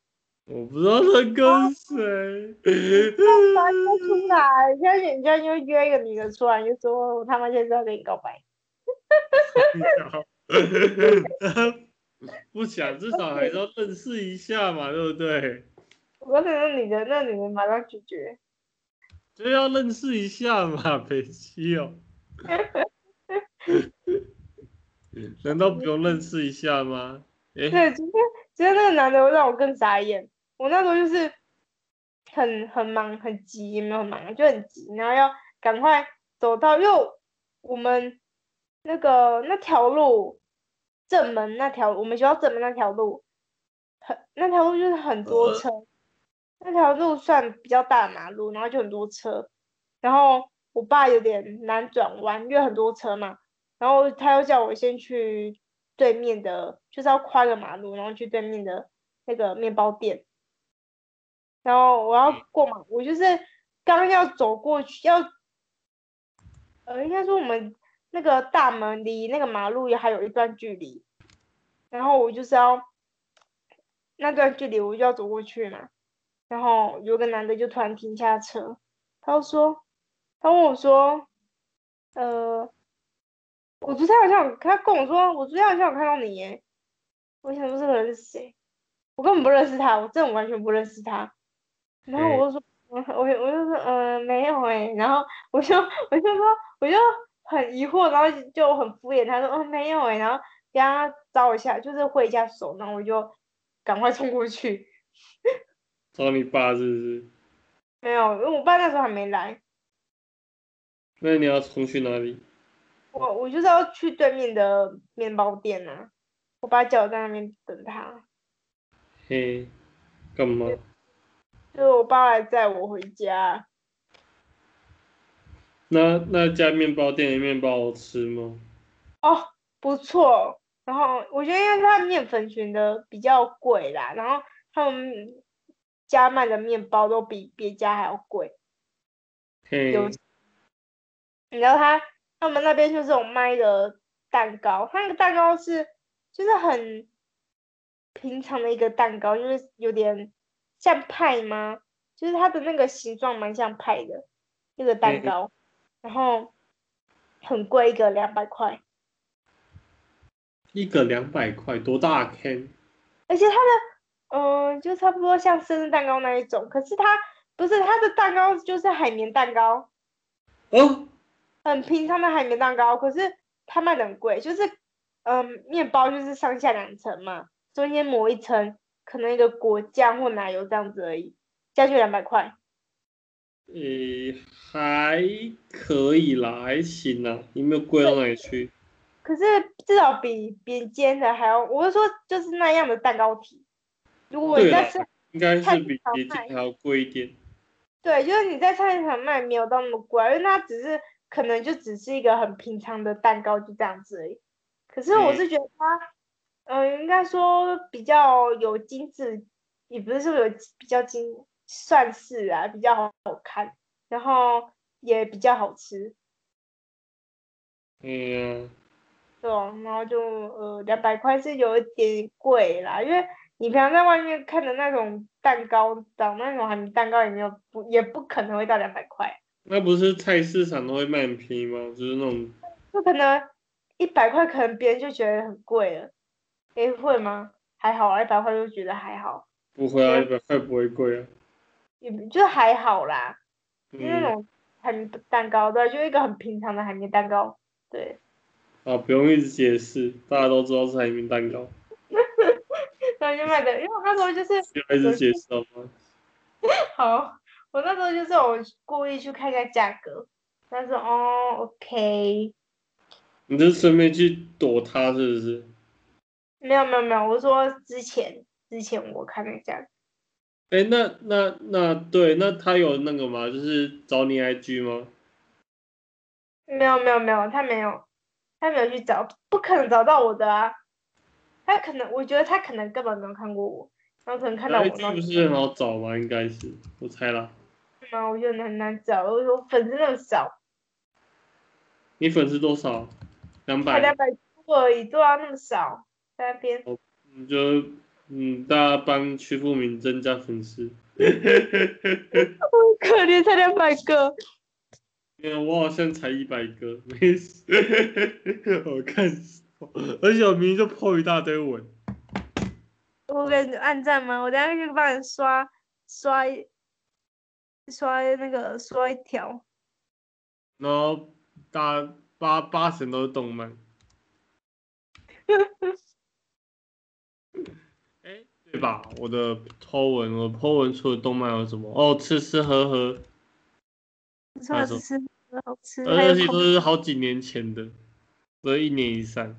Speaker 1: 我不知道他跟谁。 嗯
Speaker 2: 把约出来，现在人家就约一个女的出来，就说我他妈现在要跟你告白。
Speaker 1: 不想，至少还是要认识一下嘛，对不对？
Speaker 2: 我刚才那女的，那女的马上拒绝。
Speaker 1: 就要认识一下嘛， 北七哦。难道不用认识一下吗？哎、
Speaker 2: 对，就是就是那个男的让我更傻眼。我那时候就是很很忙，很急，也没有很忙，就很急，然后要赶快走到，因为我我们那个那条路正门那条，我们学校正门那条路，很那条路就是很多车，那条路算比较大的马路，然后就很多车，然后我爸有点难转弯，因为很多车嘛，然后他又叫我先去对面的，就是要跨个马路，然后去对面的那个面包店。然后我要过马，我就是刚要走过去，要，呃，应该说我们那个大门离那个马路也还有一段距离，然后我就是要那段距离我就要走过去嘛，然后有个男的就突然停下车，他就说，他问我说，呃，我昨天好像有他跟我说，我昨天好像有看到你耶，我想说这个人是谁，我根本不认识他，我真的完全不认识他，然后我就说，我我我就说，呃，没有哎，然后我就我就说我就很疑惑，然后就很敷衍，他说，哦，没有哎，然后跟他招一下，就是挥一下手，然后我就赶快冲过去，
Speaker 1: 找你爸是不是？
Speaker 2: 没有，因为我爸那时候还没来，
Speaker 1: 那你要冲去哪里？
Speaker 2: 我我就是要去对面的面包店啊，我爸叫我在那边等他，
Speaker 1: 嘿，干嘛？
Speaker 2: 就是我爸来载我回家，
Speaker 1: 那那家面包店的面包好吃吗？
Speaker 2: 哦，不错。然后我觉得，因为他面粉选的比较贵啦，然后他们家卖的面包都比别家还要贵。
Speaker 1: 嘿，
Speaker 2: 有你知道他他们那边就是有卖的蛋糕，他那个蛋糕是就是很平常的一个蛋糕，就是有点像派吗？就是它的那个形状蛮像派的那个蛋
Speaker 1: 嗯
Speaker 2: 糕，然后很贵，一个两百块，
Speaker 1: 一个两百块，多大的 can？
Speaker 2: 而且它的嗯、呃就差不多像生日蛋糕那一种，可是它不是它的蛋糕就是海绵蛋糕，
Speaker 1: 哦，
Speaker 2: 很平常的海绵蛋糕，可是它卖的很贵，就是嗯，面包就是上下两层嘛，中间抹一层可能一个果酱或奶油这样子而已，加去两百块。
Speaker 1: 诶、还可以啦，还行啦，也没有贵到哪里去。
Speaker 2: 可是至少比边间的还要，我是说就是那样的蛋糕体。如果你
Speaker 1: 对啦
Speaker 2: 在吃，
Speaker 1: 应该是比
Speaker 2: 看
Speaker 1: 别
Speaker 2: 小麦
Speaker 1: 店还要贵一点。
Speaker 2: 对，就是你在菜市场卖没有到那么贵，啊因为它只是可能就只是一个很平常的蛋糕，就这样子而已。可是我
Speaker 1: 嗯
Speaker 2: 是觉得它，嗯、应该说比较有精致，也不是说有比较精，算是啊，比较好看，然后也比较好吃，
Speaker 1: 哎呀，
Speaker 2: 对哦、然后就呃，两百块是有一点贵啦，因为你平常在外面看的那种蛋糕，长那种海绵蛋糕也没有不也不可能会到两百块。
Speaker 1: 那不是菜市场都会卖很便宜吗？就是那种
Speaker 2: 就可能一百块，可能别人就觉得很贵了。诶，会吗？还好啊，一百块就觉得还好，
Speaker 1: 不会啊，
Speaker 2: 嗯
Speaker 1: 一百块不会贵啊。
Speaker 2: 也就是还好啦。就那
Speaker 1: 嗯，
Speaker 2: 种海绵蛋糕，对，啊就一个很平常的海绵蛋糕，对。
Speaker 1: 啊，不用一直解释，大家都知道是海绵蛋糕，
Speaker 2: 然后就卖的，因为我那时候就是
Speaker 1: 需要一直解释好吗？
Speaker 2: 好，我那时候就是我故意去看一下价格，但是哦，OK，
Speaker 1: 你就顺便去躲它，是不是？
Speaker 2: 没有没有没有，我说之前之前我看那价格，
Speaker 1: 哎、那那那对，那他有那个吗？就是找你 IG 吗？
Speaker 2: 没有没有没有，他没有，他没有去找，不可能找到我的啊。他可能，我觉得他可能根本没有看过我，然后可能看
Speaker 1: 那
Speaker 2: 到我，
Speaker 1: IG
Speaker 2: 然后
Speaker 1: 不是很好找吗？应该是，我猜啦。
Speaker 2: 嘛，嗯我就很难找。我说粉丝那么少，
Speaker 1: 你粉丝多少？两
Speaker 2: 才两
Speaker 1: 百？
Speaker 2: 百多而已，对啊，那么少，在那边
Speaker 1: 你就嗯，大家帮屈富明增加粉丝。
Speaker 2: 可怜，才两百个。
Speaker 1: 没有，我好像才一百个，没事。 我看死我，而且我明明就破一大堆文。
Speaker 2: 我给你按赞吗？我等下去帮你刷刷一刷那个刷一条。
Speaker 1: 然后大 八八成都是动漫。哎，对吧？我的 Po 文，我 Po 文除了动漫有什么？哦，吃吃喝喝，
Speaker 2: 不错，吃吃喝喝吃，还
Speaker 1: 而
Speaker 2: 有
Speaker 1: 且呃都
Speaker 2: 恐
Speaker 1: 是好几年前的，都是一年以上。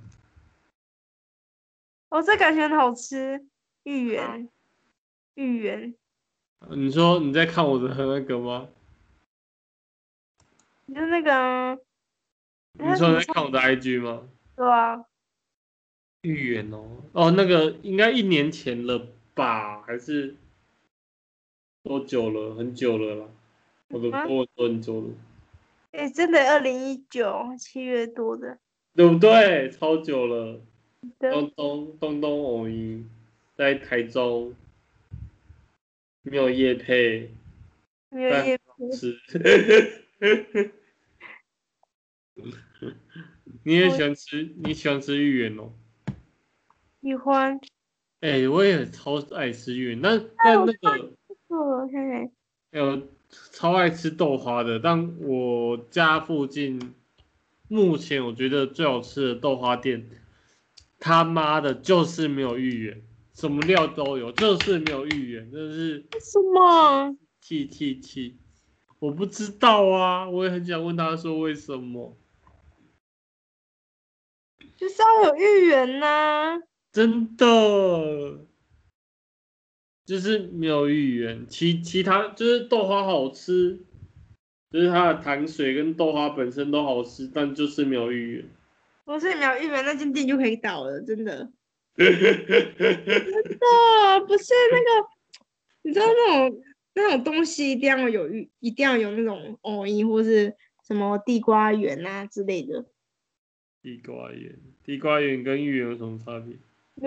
Speaker 2: 哦，这感觉很好吃，
Speaker 1: 嗯
Speaker 2: 芋圆，芋圆，
Speaker 1: 你说你在看我的那个吗？
Speaker 2: 你就那个啊，
Speaker 1: 你
Speaker 2: 它
Speaker 1: 说
Speaker 2: 怎
Speaker 1: 你
Speaker 2: 么
Speaker 1: 在看我的 IG 吗？
Speaker 2: 对啊，
Speaker 1: 预言哦，哦，那个应该一年前了吧，还是多久了？很久了啦，我的
Speaker 2: 啊
Speaker 1: 波都很久了，
Speaker 2: 哎、真的，二零一九七月多的，
Speaker 1: 对不对？超久了。
Speaker 2: 对
Speaker 1: 东东东东偶一在台中，没有夜配
Speaker 2: 没有
Speaker 1: 对
Speaker 2: 夜
Speaker 1: 吃。 你也喜欢吃？你喜欢吃芋圆哦？
Speaker 2: 喜欢，
Speaker 1: 哎、我也超爱吃芋圆，但但那个。
Speaker 2: 做了看看，
Speaker 1: 呃，超爱吃豆花的，但我家附近目前我觉得最好吃的豆花店，他妈的就是没有芋圆，什么料都有，就是没有芋圆，真的是
Speaker 2: 为什么？
Speaker 1: 气气气！我不知道啊，我也很想问他说为什么，
Speaker 2: 就是要有芋圆呐、
Speaker 1: 真的就是没有芋圆，其其他就是豆花好吃。就是它的糖水跟豆花本身都好吃，但就是没有芋圆。
Speaker 2: 我是没有芋圆那间店就可以倒了，真的。哦，不是那个，你知道那种那种东西一定要有芋，一定要有那种藕泥或是什么地瓜圆啊之类的。
Speaker 1: 地瓜圆，地瓜圆跟芋圆有什么差别？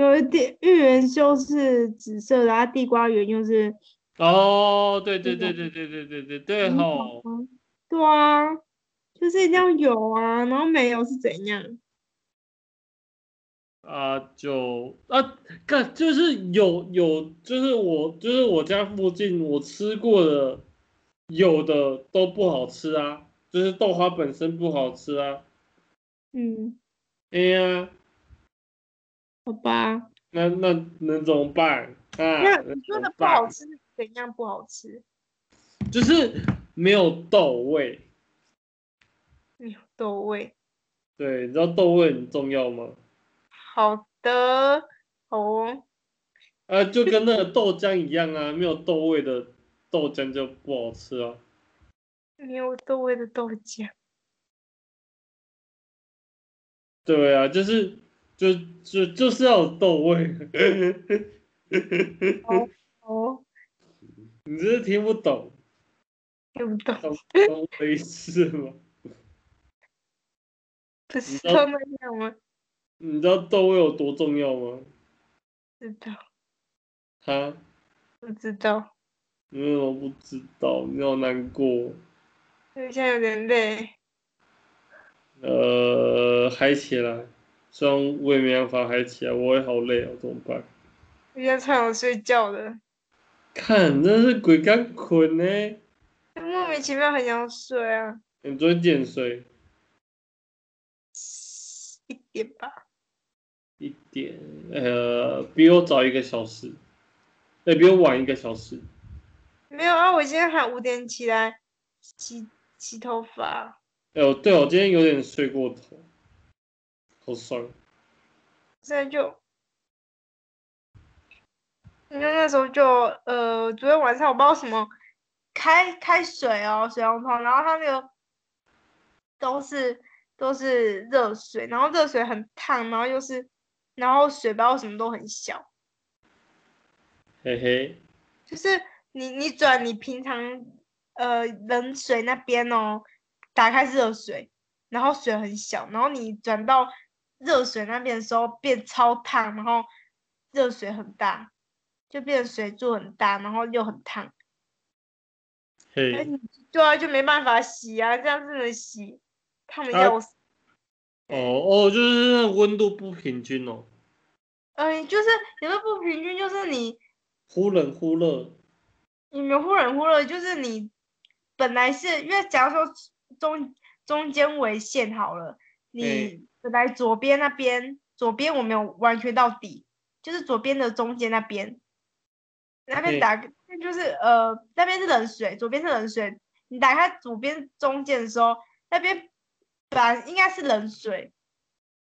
Speaker 2: 有一点芋圆就是紫色的，啊，地瓜圆又是
Speaker 1: 哦，对对
Speaker 2: 对
Speaker 1: 对对
Speaker 2: 对
Speaker 1: 对对对对对
Speaker 2: 红
Speaker 1: 吼，
Speaker 2: 红的对啊，就是一定要有啊，然后没有是怎样？
Speaker 1: 啊就啊，干就是有有，就是我就是我家附近我吃过的，有的都不好吃啊，就是豆花本身不好吃啊，
Speaker 2: 嗯，
Speaker 1: 哎呀，
Speaker 2: 好吧。
Speaker 1: 那那能怎么办啊？
Speaker 2: 那
Speaker 1: 能
Speaker 2: 你
Speaker 1: 怎
Speaker 2: 说
Speaker 1: 么
Speaker 2: 的不好
Speaker 1: 办
Speaker 2: 吃是怎样不好吃？
Speaker 1: 就是没有豆味，
Speaker 2: 哎呦，豆味。
Speaker 1: 对，你知道豆味很重要吗？
Speaker 2: 好的，好哦。
Speaker 1: 啊，就跟那个豆浆一样啊，没有豆味的豆浆就不好吃啊。
Speaker 2: 没有豆味的豆浆。
Speaker 1: 对啊，就是就就就是要有豆味。
Speaker 2: 哦，
Speaker 1: 你这是听不懂，
Speaker 2: 听不懂，
Speaker 1: 懂懂我意思吗？
Speaker 2: 不是
Speaker 1: 知道
Speaker 2: 都那样吗？
Speaker 1: 你知道豆味有多重要吗？
Speaker 2: 知道，
Speaker 1: 哈，
Speaker 2: 不知道。
Speaker 1: 你为什么不知道？你好难过。
Speaker 2: 因为现在有点累，
Speaker 1: 呃，嗨起来，虽然我也没办法嗨起来，我也好累哦，怎么办？
Speaker 2: 我现在超想睡觉的，
Speaker 1: 看，真是鬼干困呢、
Speaker 2: 莫名其妙很想睡啊，
Speaker 1: 你昨天几点睡？
Speaker 2: 一点吧。
Speaker 1: 一点，呃，比我早一个小时，对，比我晚一个小时。
Speaker 2: 没有啊，我今天还五点起来洗洗头发，
Speaker 1: 哎、呦，对，我今天有点睡过头，好爽。
Speaker 2: 现在就。因为那时候就呃，昨天晚上我不知道什么开开水哦，水龙头，然后它那个都是都是热水，然后热水很烫，然后又是然后水包什么都很小，
Speaker 1: 嘿嘿，
Speaker 2: 就是你你转你平常呃冷水那边哦，打开是热水，然后水很小，然后你转到热水那边的时候变超烫，然后热水很大，就变成水柱很大，然后又很烫，哎
Speaker 1: 嘿，
Speaker 2: 你对啊，就没办法洗啊，这样子能洗，烫的
Speaker 1: 啊
Speaker 2: 要死。
Speaker 1: 哦哦，就是那个温度不平均哦，
Speaker 2: 嗯、就是你们不平均，就是你
Speaker 1: 忽冷忽热。
Speaker 2: 你们忽冷忽热，就是你本来是因为假如说中中间为线好了，
Speaker 1: 对
Speaker 2: 你本来左边那边左边我没有完全到底，就是左边的中间那边，那
Speaker 1: 对
Speaker 2: 边打那就是呃那边是冷水，左边是冷水。你打开左边中间的时候，那边本来应该是冷水，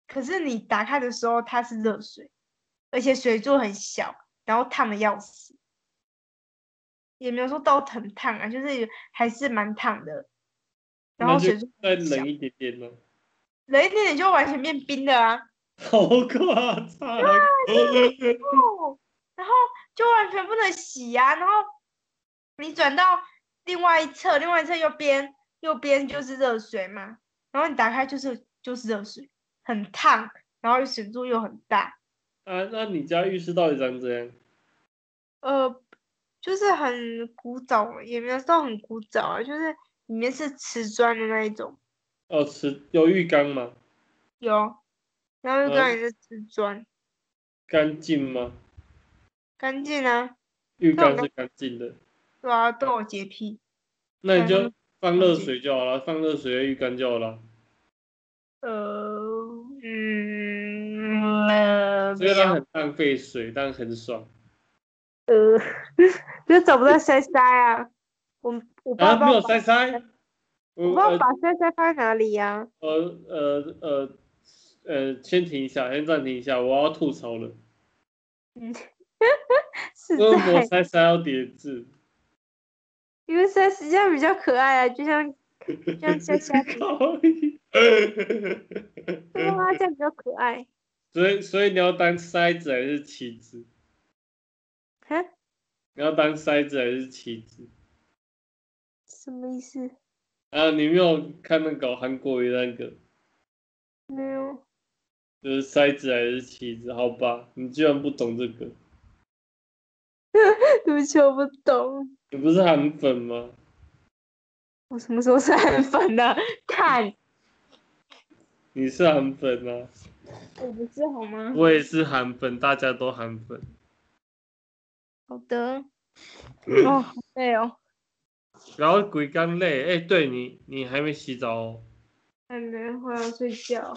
Speaker 2: 可是你打开的时候它是热水，而且水柱很小，然后烫的要死，也没有说到很烫啊，就是还是蛮烫的。然
Speaker 1: 那
Speaker 2: 后
Speaker 1: 就
Speaker 2: 水柱
Speaker 1: 再
Speaker 2: 很小
Speaker 1: 冷一点点哦咯。
Speaker 2: 冷一点点就完全变冰的啊。
Speaker 1: 好夸张！
Speaker 2: 哦，然后就完全不能洗呀、然后你转到另外一侧，另外一侧右边，右边就是热水嘛，然后你打开就是就是热水，很烫，然后水柱又很大，
Speaker 1: 啊，那你家浴室到底长怎样？
Speaker 2: 呃，就是很古早，也没有到很古早啊，就是里面是瓷砖的那一种，
Speaker 1: 哦，池有浴缸吗？
Speaker 2: 有，然后
Speaker 1: 嗯
Speaker 2: 又刚也是瓷砖，
Speaker 1: 干净吗？
Speaker 2: 干净啊，
Speaker 1: 浴缸是干净的，
Speaker 2: 对啊，都有洁癖，
Speaker 1: 那你
Speaker 3: 嗯
Speaker 1: 就放热水就好了，放热水的浴缸就好了。
Speaker 2: 呃，嗯，呃，
Speaker 1: 虽
Speaker 2: 没有
Speaker 1: 然很浪费水，但很爽。
Speaker 3: 呃， 就是找不到塞塞啊，我我不知
Speaker 1: 啊，
Speaker 3: 道把
Speaker 1: 没有塞塞，
Speaker 3: 我
Speaker 1: 我
Speaker 3: 不知道
Speaker 1: 呃
Speaker 3: 把塞塞放在哪里呀、
Speaker 1: 呃呃呃呃，先停一下，先暂停一下，我要吐槽了。
Speaker 3: 是
Speaker 1: 为什么
Speaker 3: 在
Speaker 1: 塞塞要叠字？，
Speaker 3: 因为塞实际上比较可爱啊，就像就像塞塞
Speaker 1: 靠
Speaker 3: 对啊，这样比较可 爱。
Speaker 1: 所以，所以你要当筛子还是棋子？
Speaker 3: 哈，
Speaker 1: 你要当筛子还是棋子？
Speaker 3: 什么意思？
Speaker 1: 啊，你没有看那个韩国语那个，
Speaker 3: 没有，
Speaker 1: 就是筛子还是棋子？好吧，你居然不懂这个，
Speaker 3: 对不起，我不懂。
Speaker 1: 你不是韩粉吗？
Speaker 3: 我什么时候是很粉的？看，
Speaker 1: 你是韩粉啊，
Speaker 3: 我不是好吗？
Speaker 1: 我也是韩粉，大家都韩粉。
Speaker 3: 好 的。哦，好累哦，
Speaker 1: 然后鬼刚累，哎、对你，你还没洗澡哦。
Speaker 3: 还没，我要睡觉。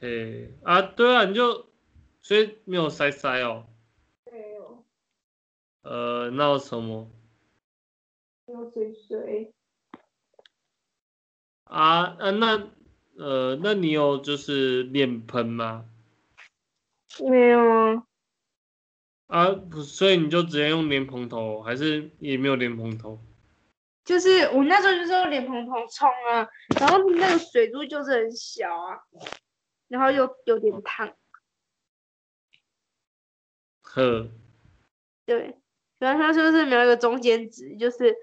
Speaker 1: 哎、啊，对啊，你就所以没有筛筛哦。
Speaker 3: 没有，
Speaker 1: 呃，那有什么？
Speaker 3: 要睡睡。
Speaker 1: 啊啊，那呃，那你有就是脸盆吗？
Speaker 3: 没有
Speaker 2: 哦
Speaker 3: 啊，
Speaker 1: 啊，不所以你就直接用莲蓬头，还是也没有莲蓬头？
Speaker 2: 就是我那时候就是用脸盆头冲啊，然后那个水柱就是很小啊，然后又有点烫，
Speaker 1: 呵，
Speaker 2: 对，然后它就是没有一个中间值，就是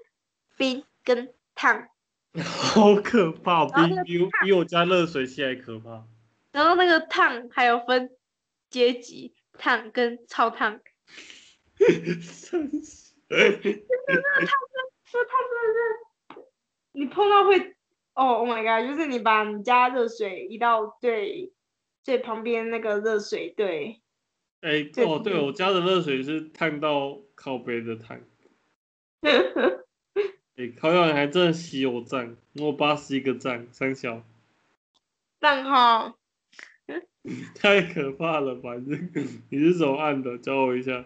Speaker 2: 冰跟烫，
Speaker 1: 好可怕，
Speaker 2: 然后
Speaker 1: 比
Speaker 2: 那个
Speaker 1: 比我比我家热水器还可怕。
Speaker 2: 然后那个烫还有分阶级烫跟超烫，
Speaker 1: 真是
Speaker 2: 就它真的是你碰到会哦、oh my god，就是你把你家热水移到最最旁边那个热水 对。
Speaker 1: 哎、
Speaker 2: 对
Speaker 1: 哦，对，我家的热水是烫到靠背的烫。哎、烤烤还真的洗我赞，我八十一个赞，三小，
Speaker 2: 账号
Speaker 1: 太可怕了吧？你这个你是怎么按的？教我一下。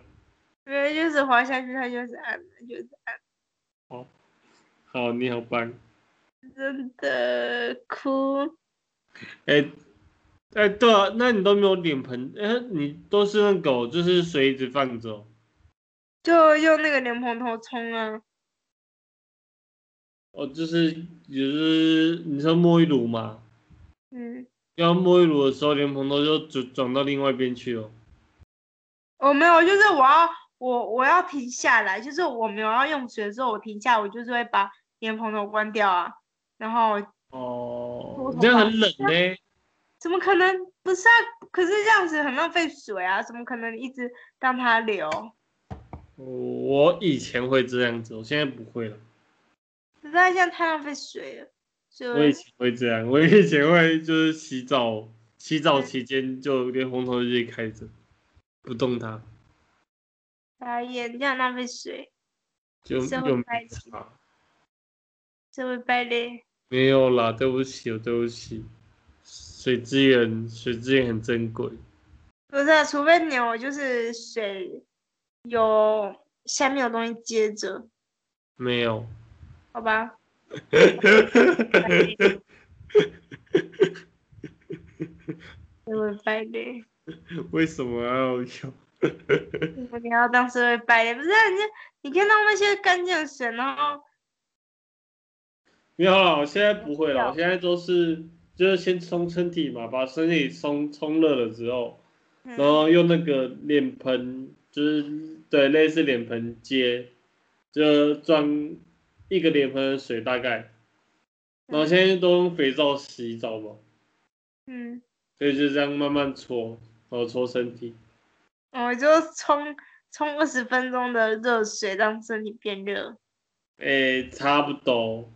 Speaker 2: 因为就是滑下去，它就是按的，就是
Speaker 1: 好，你好棒。
Speaker 2: 真的哭。
Speaker 1: 哎、哎、对啊，那你都没有脸盆，哎、你都是那狗，就是水一直放着哦。
Speaker 2: 就用那个莲蓬头冲啊，
Speaker 1: 哦，就是就是你说沐浴乳嘛，
Speaker 2: 嗯，
Speaker 1: 要沐浴乳的时候，莲蓬头就转转到另外一边去哦了。
Speaker 2: 我哦没有，就是我要我我要停下来，就是我没有要用水的时候，我停下，我就是会把莲蓬头关掉啊，然后
Speaker 1: 哦，这样很冷呢、
Speaker 2: 怎么可能不是啊？可是这样子很浪费水啊，怎么可能一直让它流？
Speaker 1: 我以前会这样子，我现在不会了。
Speaker 2: 实在这样太浪费水了，就
Speaker 1: 我以前会这样，我以前会就是洗澡，洗澡期间就连红头就一直开着，不动它，
Speaker 2: 打眼这样浪费水，
Speaker 1: 就
Speaker 2: 社会
Speaker 1: 就没
Speaker 2: 派系
Speaker 1: 差
Speaker 2: 这会败类。
Speaker 1: 没有啦，对不起，对不起，水资源水资源很珍贵，
Speaker 2: 不是，啊除非牛就是水有下面有东西接着，
Speaker 1: 没有。
Speaker 2: 好吧？社会败类，
Speaker 1: 为什么要有？
Speaker 2: 我你嗯要当社会败类，不是啊你就你看到那些干净的水，然后
Speaker 1: 没有啦，我现在不会
Speaker 2: 不要
Speaker 1: 了，我现在都是就是先冲身体嘛，把身体冲冲热了之后，
Speaker 2: 嗯
Speaker 1: 然后用那个脸盆，就是对类似脸盆接，就装一个脸盆的水大概，然后现在都用肥皂洗澡嘛，
Speaker 2: 嗯，
Speaker 1: 所以就这样慢慢搓，然后搓身体。
Speaker 2: 嗯我就冲冲二十分钟的热水，让身体变热。
Speaker 1: 哎、差不多，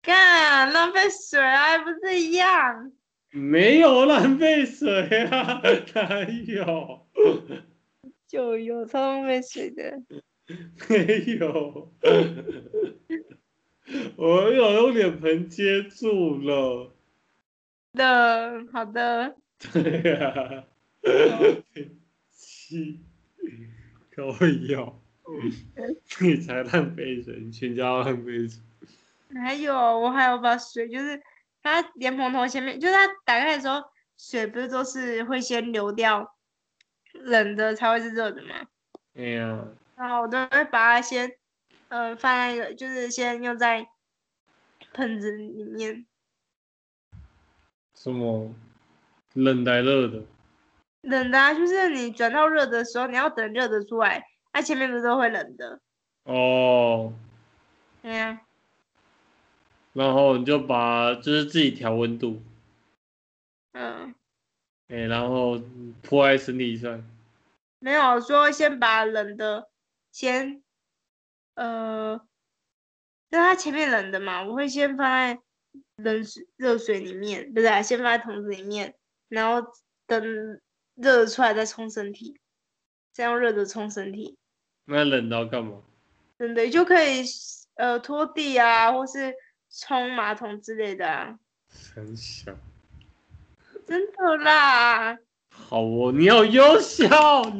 Speaker 2: 干，浪费水啊，还不是一样？
Speaker 1: 没有浪费水啊， 哪有？
Speaker 2: 就有超浪费水的。
Speaker 1: 没有， 我有用脸盆接住了。
Speaker 2: 的，好的，
Speaker 1: 对呀、
Speaker 2: 哦
Speaker 1: 七，可以哦。你才浪费水，你全家都浪费水。
Speaker 2: 还有我还有把水，就是它莲蓬头前面，就是它打开的时候，水不是都是会先流掉冷的才会是热的嘛？
Speaker 1: 哎呀，
Speaker 2: 然后我都会把它先，呃，放在一个，就是先用在盆子里面，
Speaker 1: 什么冷来热的？
Speaker 2: 冷的、啊，就是你转到热的时候，你要等热的出来，它前面不是都会冷的？
Speaker 1: 哦，
Speaker 2: 对呀、
Speaker 1: 然后你就把就是自己调温度，
Speaker 2: 嗯，
Speaker 1: 哎、然后泼在身体上。
Speaker 2: 没有说先把冷的先，呃，那它前面冷的嘛，我会先放在冷水热水里面，不是、啊，先放在桶子里面，然后等热出来再冲身体，再用热的冲身体。
Speaker 1: 那冷到干嘛？
Speaker 2: 真的就可以呃拖地啊，或是冲马桶之类的啊，
Speaker 1: 很小。
Speaker 2: 真的啦，
Speaker 1: 好哦，你好优秀，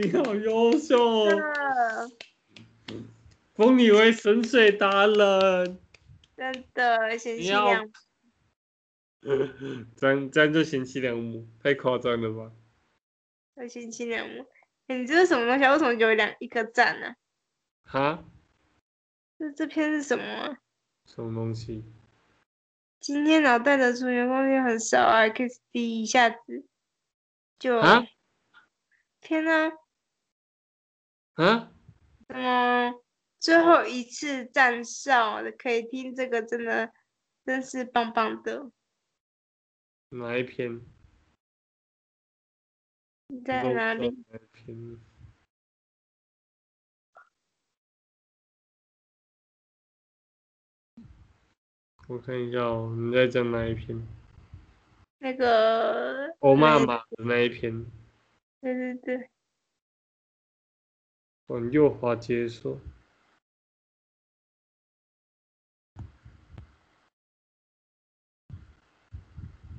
Speaker 1: 你好优秀
Speaker 2: 真
Speaker 1: 哦，
Speaker 2: 的
Speaker 1: 封你为神水达人。
Speaker 2: 真的贤
Speaker 1: 你
Speaker 2: 妻
Speaker 1: 要
Speaker 2: 良母
Speaker 1: 这样这样就贤妻良母，太夸张了吧？
Speaker 2: 对，贤妻良母。欸你这是什么东西啊？为什么有两一个赞呢、
Speaker 1: 哈？
Speaker 2: 这这篇是什么啊、
Speaker 1: 什么东西？
Speaker 2: 今天脑袋的出员工量很少啊，X D 一下子就、
Speaker 1: 啊
Speaker 2: 天呐，
Speaker 1: 啊？
Speaker 2: 怎么最后一次站哨的可以听这个，真的真是棒棒的。
Speaker 1: 哪一篇？
Speaker 2: 你在
Speaker 1: 我都不知道
Speaker 2: 哪里？
Speaker 1: 哪一篇？我看一下哦，你在讲哪一篇？
Speaker 2: 那个哎
Speaker 1: 欧妈妈的那一篇，
Speaker 2: 对对对，
Speaker 1: 往右滑解锁。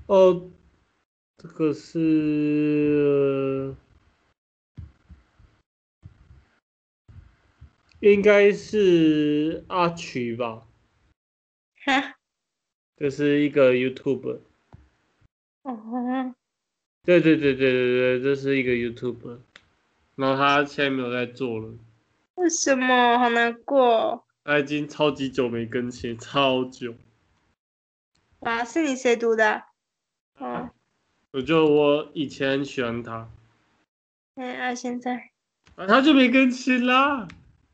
Speaker 1: 哦，这个是应该是阿曲吧，
Speaker 2: 哈，
Speaker 1: 这是一个 YouTube。
Speaker 2: 哦，
Speaker 1: 对对对对对对，这是一个 YouTube，然后他现在没有在做了，
Speaker 2: 为什么好难过？
Speaker 1: 他已经超级久没更新，超久。
Speaker 2: 哇，是你谁读的？哦，
Speaker 1: 我就我以前很喜欢他，
Speaker 2: 嗯，啊，现在
Speaker 1: 啊，他就没更新啦。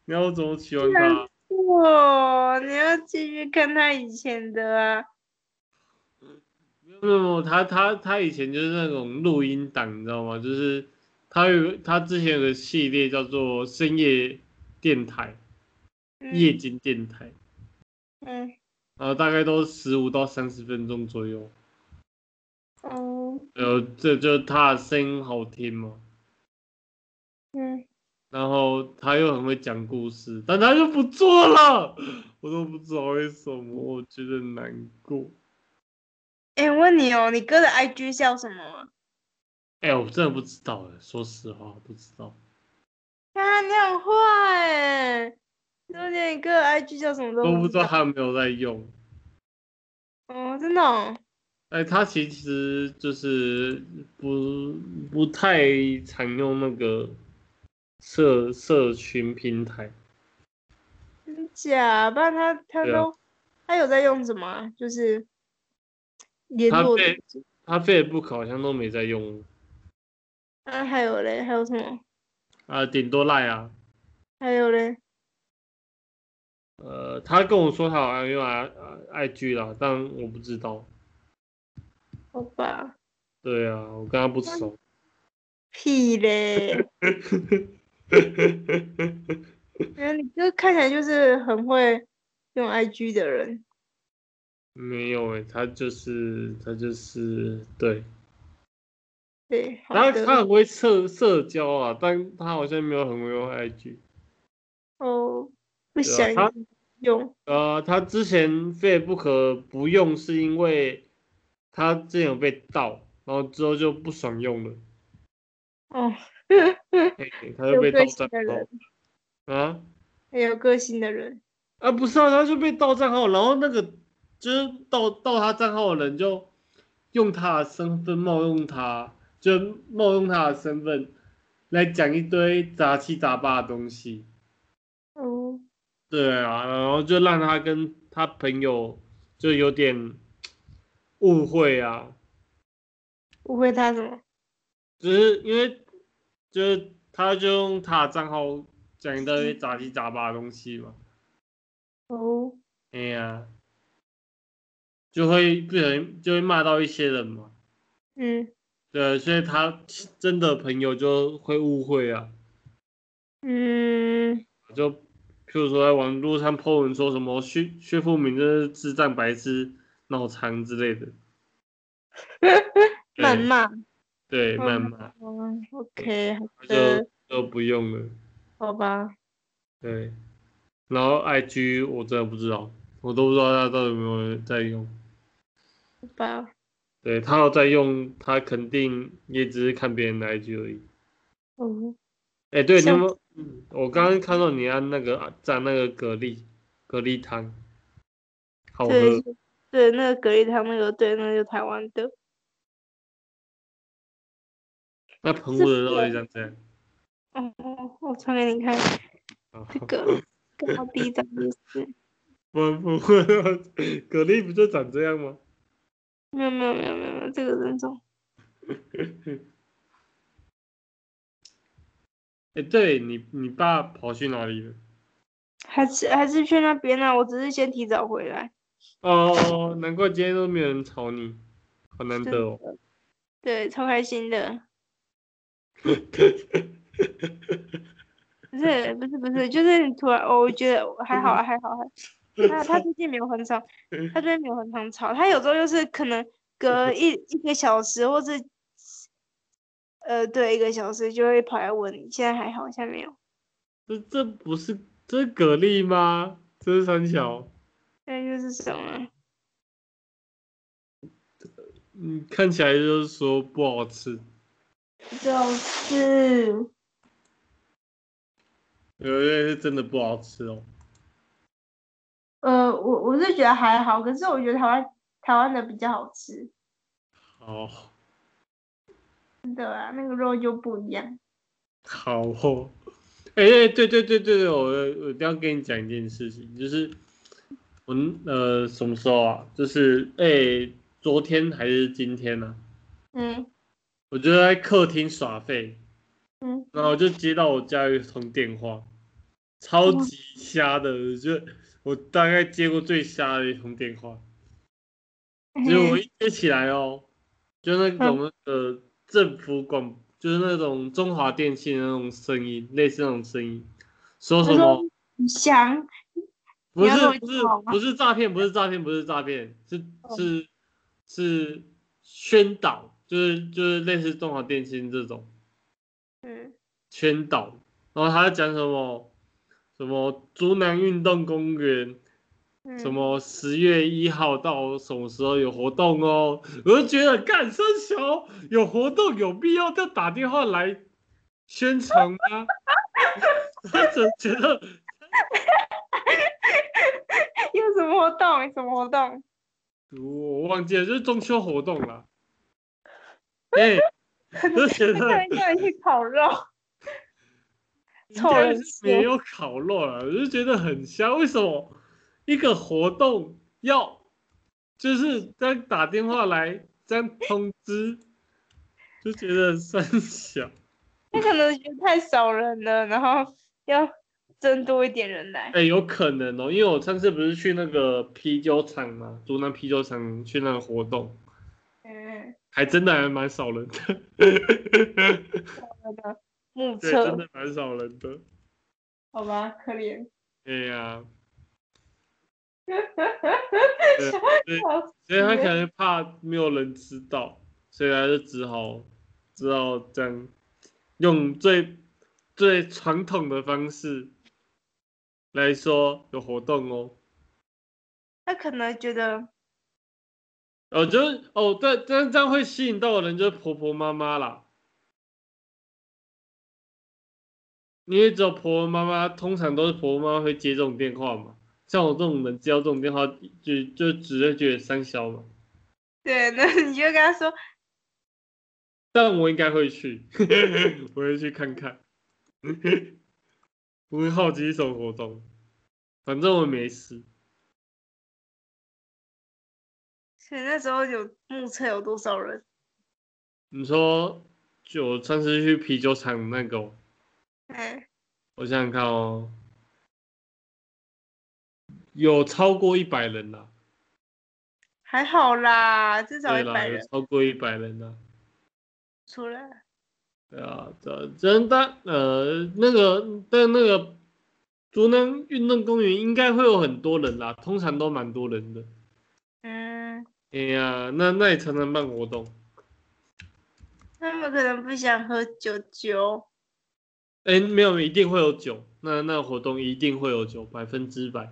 Speaker 1: 你要我怎么喜欢他？
Speaker 2: 哇，你要继续看他以前的啊？
Speaker 1: 没有没有没有，他他他以前就是那种录音档，你知道吗？就是他有个他之前有个系列叫做深夜电台、
Speaker 2: 嗯
Speaker 1: 夜间电台，
Speaker 2: 嗯，
Speaker 1: 然后大概都十五到三十分钟左右。
Speaker 2: 哦，
Speaker 1: 呃，这就他的声音好听嘛，
Speaker 2: 嗯，
Speaker 1: 然后他又很会讲故事，但他就不做了， 我都不知道为什么，我觉得难过。
Speaker 2: 哎，我问你哦，你哥的 IG 叫什么啊？
Speaker 1: 哎、我真的不知道哎，说实话不知道。
Speaker 2: 啊，你很坏哎、有点一个 IG 叫什么
Speaker 1: 都
Speaker 2: 东
Speaker 1: 不
Speaker 2: 西？
Speaker 1: 知道。他有没有在用。
Speaker 2: 哦，真的哦、
Speaker 1: 哎、他其实就是不不太常用那个社社群平台，
Speaker 2: 真假？不然他他
Speaker 1: 对啊
Speaker 2: 都、他有在用什么啊？就是联
Speaker 1: 他
Speaker 2: 络
Speaker 1: 被
Speaker 2: 的。
Speaker 1: 他 Facebook 好像都没在用
Speaker 2: 啊，还有嘞，还有什么？
Speaker 1: 啊，顶多赖啊。
Speaker 2: 还有嘞，
Speaker 1: 呃，他跟我说他好像用 i i g 啦，但我不知道。
Speaker 2: 好吧，
Speaker 1: 对啊，我跟他不熟。
Speaker 2: 屁嘞！嗯，你就看起来就是很会用 IG 的人。
Speaker 1: 没有哎、他就是他就是对，
Speaker 2: 对，好
Speaker 1: 然后
Speaker 2: 的
Speaker 1: 他很会社社交啊，但他好像没有很会用 IG。
Speaker 2: 哦，不
Speaker 1: 对
Speaker 2: 想
Speaker 1: 啊，
Speaker 2: 用。
Speaker 1: 他呃，他之前非不可不用，是因为他之前有被盗，然后之后就不爽用 了，
Speaker 2: 哦，
Speaker 1: 嘿嘿他就
Speaker 2: 有
Speaker 1: 被哦
Speaker 2: 个
Speaker 1: 盗
Speaker 2: 性
Speaker 1: 账
Speaker 2: 的人，哎
Speaker 1: 号啊
Speaker 2: 有个性的人。
Speaker 1: 啊，不是啊，他就被盗账号，然后那个就是盗盗他账号的人就用他的身份冒用他，就冒用他的身份来讲一堆杂七杂八的东西。
Speaker 2: 哦，
Speaker 1: 对啊，然后就让他跟他朋友就有点误会啊，
Speaker 2: 误会他什么？
Speaker 1: 就是因为就是他就用他的账号讲一堆杂七杂八的东西嘛，
Speaker 2: 哦，
Speaker 1: 哎呀、就会不小心就会骂到一些人嘛，
Speaker 2: 嗯
Speaker 1: 对，啊所以他真的朋友就会误会啊，
Speaker 2: 嗯，
Speaker 1: 就譬如说在网络上 po 文说什么薛薛富明就是智障白痴脑残之类的，
Speaker 2: 谩
Speaker 1: 对
Speaker 2: 骂。
Speaker 1: 对，
Speaker 2: 嗯
Speaker 1: 谩骂。
Speaker 2: 哦，OK，好
Speaker 1: 他
Speaker 2: 的
Speaker 1: 就，就不用了。
Speaker 2: 好吧。
Speaker 1: 对，然后 IG 我真的不知道，我都不知道他到底有没有在用。
Speaker 2: 好吧，
Speaker 1: 对他要在用，他肯定也只是看别人的 IG 而已。
Speaker 2: 哦，
Speaker 1: 哎、对，你
Speaker 2: 像
Speaker 1: 有没有？嗯我刚刚看到你按那个蘸那个蛤蜊蛤蜊汤，好
Speaker 2: 对
Speaker 1: 喝。
Speaker 2: 对，那个蛤蜊汤那个，对，那个台湾的，
Speaker 1: 那澎湖的到底长怎样？
Speaker 2: 哦，哦我传给你看，
Speaker 1: 好
Speaker 2: 这 个刚好第一张也是，
Speaker 1: 不不会，蛤蜊不就长这样吗？
Speaker 2: 没有没有没有没有没有，这个人种，
Speaker 1: 哎、对你你爸跑去哪里了？
Speaker 2: 还是还是去那边啊，我只是先提早回来，
Speaker 1: 哦，难怪今天都没有人吵你，好难
Speaker 2: 真
Speaker 1: 得哦。
Speaker 2: 的对，超开心的，不是不是不是，就是突然，哦，我觉得我还好啊，还好还好。他他最近没有很吵，他最近没有很常吵，他有时候就是可能隔一一个小时，或是呃，对，一个小时就会跑来问你，现在还好，现在没有。
Speaker 1: 这这不是这是蛤蜊吗？这是三小，
Speaker 2: 那就是什么？
Speaker 1: 嗯，看起来就是说不好吃。
Speaker 2: 就是
Speaker 1: 有一些是真的不好吃哦。
Speaker 2: 呃，我我是觉得还好，可是我觉得台湾台湾的比较好吃，
Speaker 1: 好，
Speaker 2: 真的啊，那个肉就不一样。
Speaker 1: 好哦。哎、哎对对对对对，我我一定要跟你讲一件事情，就是我呃什么时候啊？就是哎、昨天还是今天呢、
Speaker 2: 嗯
Speaker 1: 我就在客厅耍废，
Speaker 2: 嗯，
Speaker 1: 然后就接到我家有一通电话，超
Speaker 2: 嗯
Speaker 1: 级瞎的，我觉得我大概接过最瞎的一通电话。
Speaker 2: 嗯
Speaker 1: 就是我 一接起来哦，就那种那个政府广，就是那种中华电信的那种声音，类似那种声音，说什
Speaker 2: 他说
Speaker 1: 么？
Speaker 2: 香，
Speaker 1: 不
Speaker 2: 你要跟
Speaker 1: 是不
Speaker 2: 我一
Speaker 1: 是
Speaker 2: 起好吗
Speaker 1: 不是诈骗，不是诈骗，不是诈骗，是
Speaker 2: 哦
Speaker 1: 是是宣导，就是就是类似中华电信这种
Speaker 2: 嗯，
Speaker 1: 宣导，然后他在讲什么什么竹南运动公园
Speaker 2: 嗯
Speaker 1: 什么十月一号到什么时候有活动哦，我就觉得干生小有活动有必要再打电话来宣传吗？ 我只觉得
Speaker 2: 有什么活动？有什么活 动？
Speaker 1: 我忘记了，就是中秋活动啦。哎、我就觉
Speaker 2: 叫
Speaker 1: 得
Speaker 2: 人叫你去烤肉，
Speaker 1: 应
Speaker 2: 凑
Speaker 1: 该
Speaker 2: 人
Speaker 1: 是
Speaker 2: 数
Speaker 1: 没有烤肉了，我就觉得很香。为什么一个活动要就是在打电话来这样通知，就觉得三小。
Speaker 2: 他可能觉得太少人了，然后要增多一点人来。
Speaker 1: 哎、有可能哦，因为我上次不是去那个啤酒厂嘛，竹南啤酒厂去那个活动，
Speaker 2: 嗯，
Speaker 1: 还真的还蛮少人的，
Speaker 2: 目
Speaker 1: 对，真
Speaker 2: 测
Speaker 1: 的蛮少人的。
Speaker 2: 好吧，可怜。
Speaker 1: 哎呀、 对对
Speaker 2: 笑死
Speaker 1: 所以他可能怕没有人知道，所以他就只好只好这样用最最传统的方式来说有活动哦。
Speaker 2: 他可能觉得
Speaker 1: 哦，就是哦，对，但这样会吸引到的人就是婆婆妈妈啦，因为只有婆婆妈妈，通常都是婆婆妈妈会接这种电话嘛。像我这种人接到这种电话，就就只会觉得三小嘛。
Speaker 2: 对，那你就跟他说，
Speaker 1: 但我应该会去， 我会去看看。我会好奇什么活动，反正我没事。
Speaker 2: 所以那时候有目测有多少人？
Speaker 1: 你说，就我上次去啤酒厂那个哦，
Speaker 2: 哎，
Speaker 1: 我想想看哦，有超过一百人啦，
Speaker 2: 还好啦，至少
Speaker 1: 对
Speaker 2: 一
Speaker 1: 啦，
Speaker 2: 百
Speaker 1: 有
Speaker 2: 人
Speaker 1: 超过一百人啦。
Speaker 2: 出来。
Speaker 1: 对啊，这真的呃，那个但那个竹南运动公园应该会有很多人啦，通常都蛮多人的。
Speaker 2: 嗯，
Speaker 1: 哎呀，那那里常常办活动。
Speaker 2: 他们可能不想喝酒酒。
Speaker 1: 哎，没有，一定会有酒。那那活动一定会有酒，百分之百。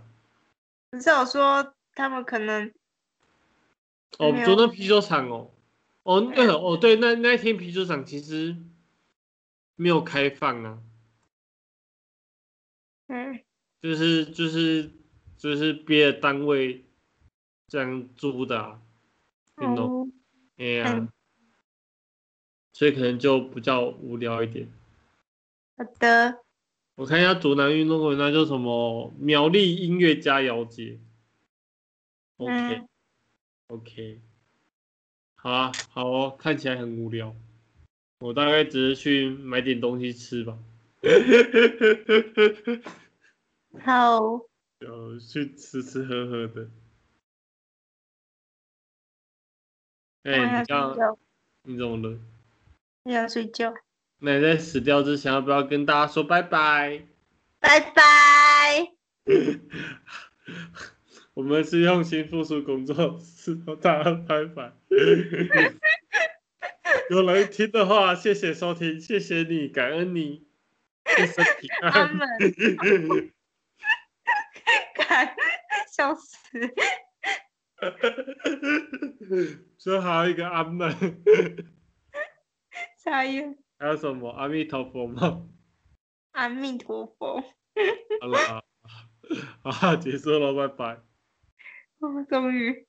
Speaker 2: 可是我说他们可能
Speaker 1: 哦
Speaker 2: 没，有
Speaker 1: 昨天啤酒厂哦，哦，那哦对，那那一天啤酒厂其实没有开放啊，
Speaker 2: 嗯
Speaker 1: 就是就是就是别的单位这样租的、啊，运动，
Speaker 2: 哦
Speaker 1: 哎呀、
Speaker 2: 嗯
Speaker 1: 所以可能就比较无聊一点。
Speaker 2: 好的，
Speaker 1: 我看一下竹南运动公园，那叫什么苗栗音乐家姚姐。OK、
Speaker 2: 嗯
Speaker 1: OK，好啊，好哦，看起来很无聊。我大概只是去买点东西吃 吧，
Speaker 2: 好，
Speaker 1: 呃，去吃吃喝喝的。哎、
Speaker 2: 我
Speaker 1: 你
Speaker 2: 想
Speaker 1: 这样
Speaker 2: 睡觉，
Speaker 1: 你怎么了？
Speaker 2: 我想睡觉，
Speaker 1: 那你在死掉之前，要不要跟大家说拜拜？
Speaker 2: 拜 拜。
Speaker 1: 我们是用心付出工作，是由大家拜拜。有人听的话，谢谢收听，谢谢你，感恩你，一生平
Speaker 2: 他
Speaker 1: 安。
Speaker 2: 们 看，笑死！
Speaker 1: 最后一个阿门，
Speaker 2: 下一个
Speaker 1: 还有什么阿弥陀佛吗？
Speaker 2: 阿弥陀佛，
Speaker 1: 好了，好了，结束了，拜拜。
Speaker 2: 我终于。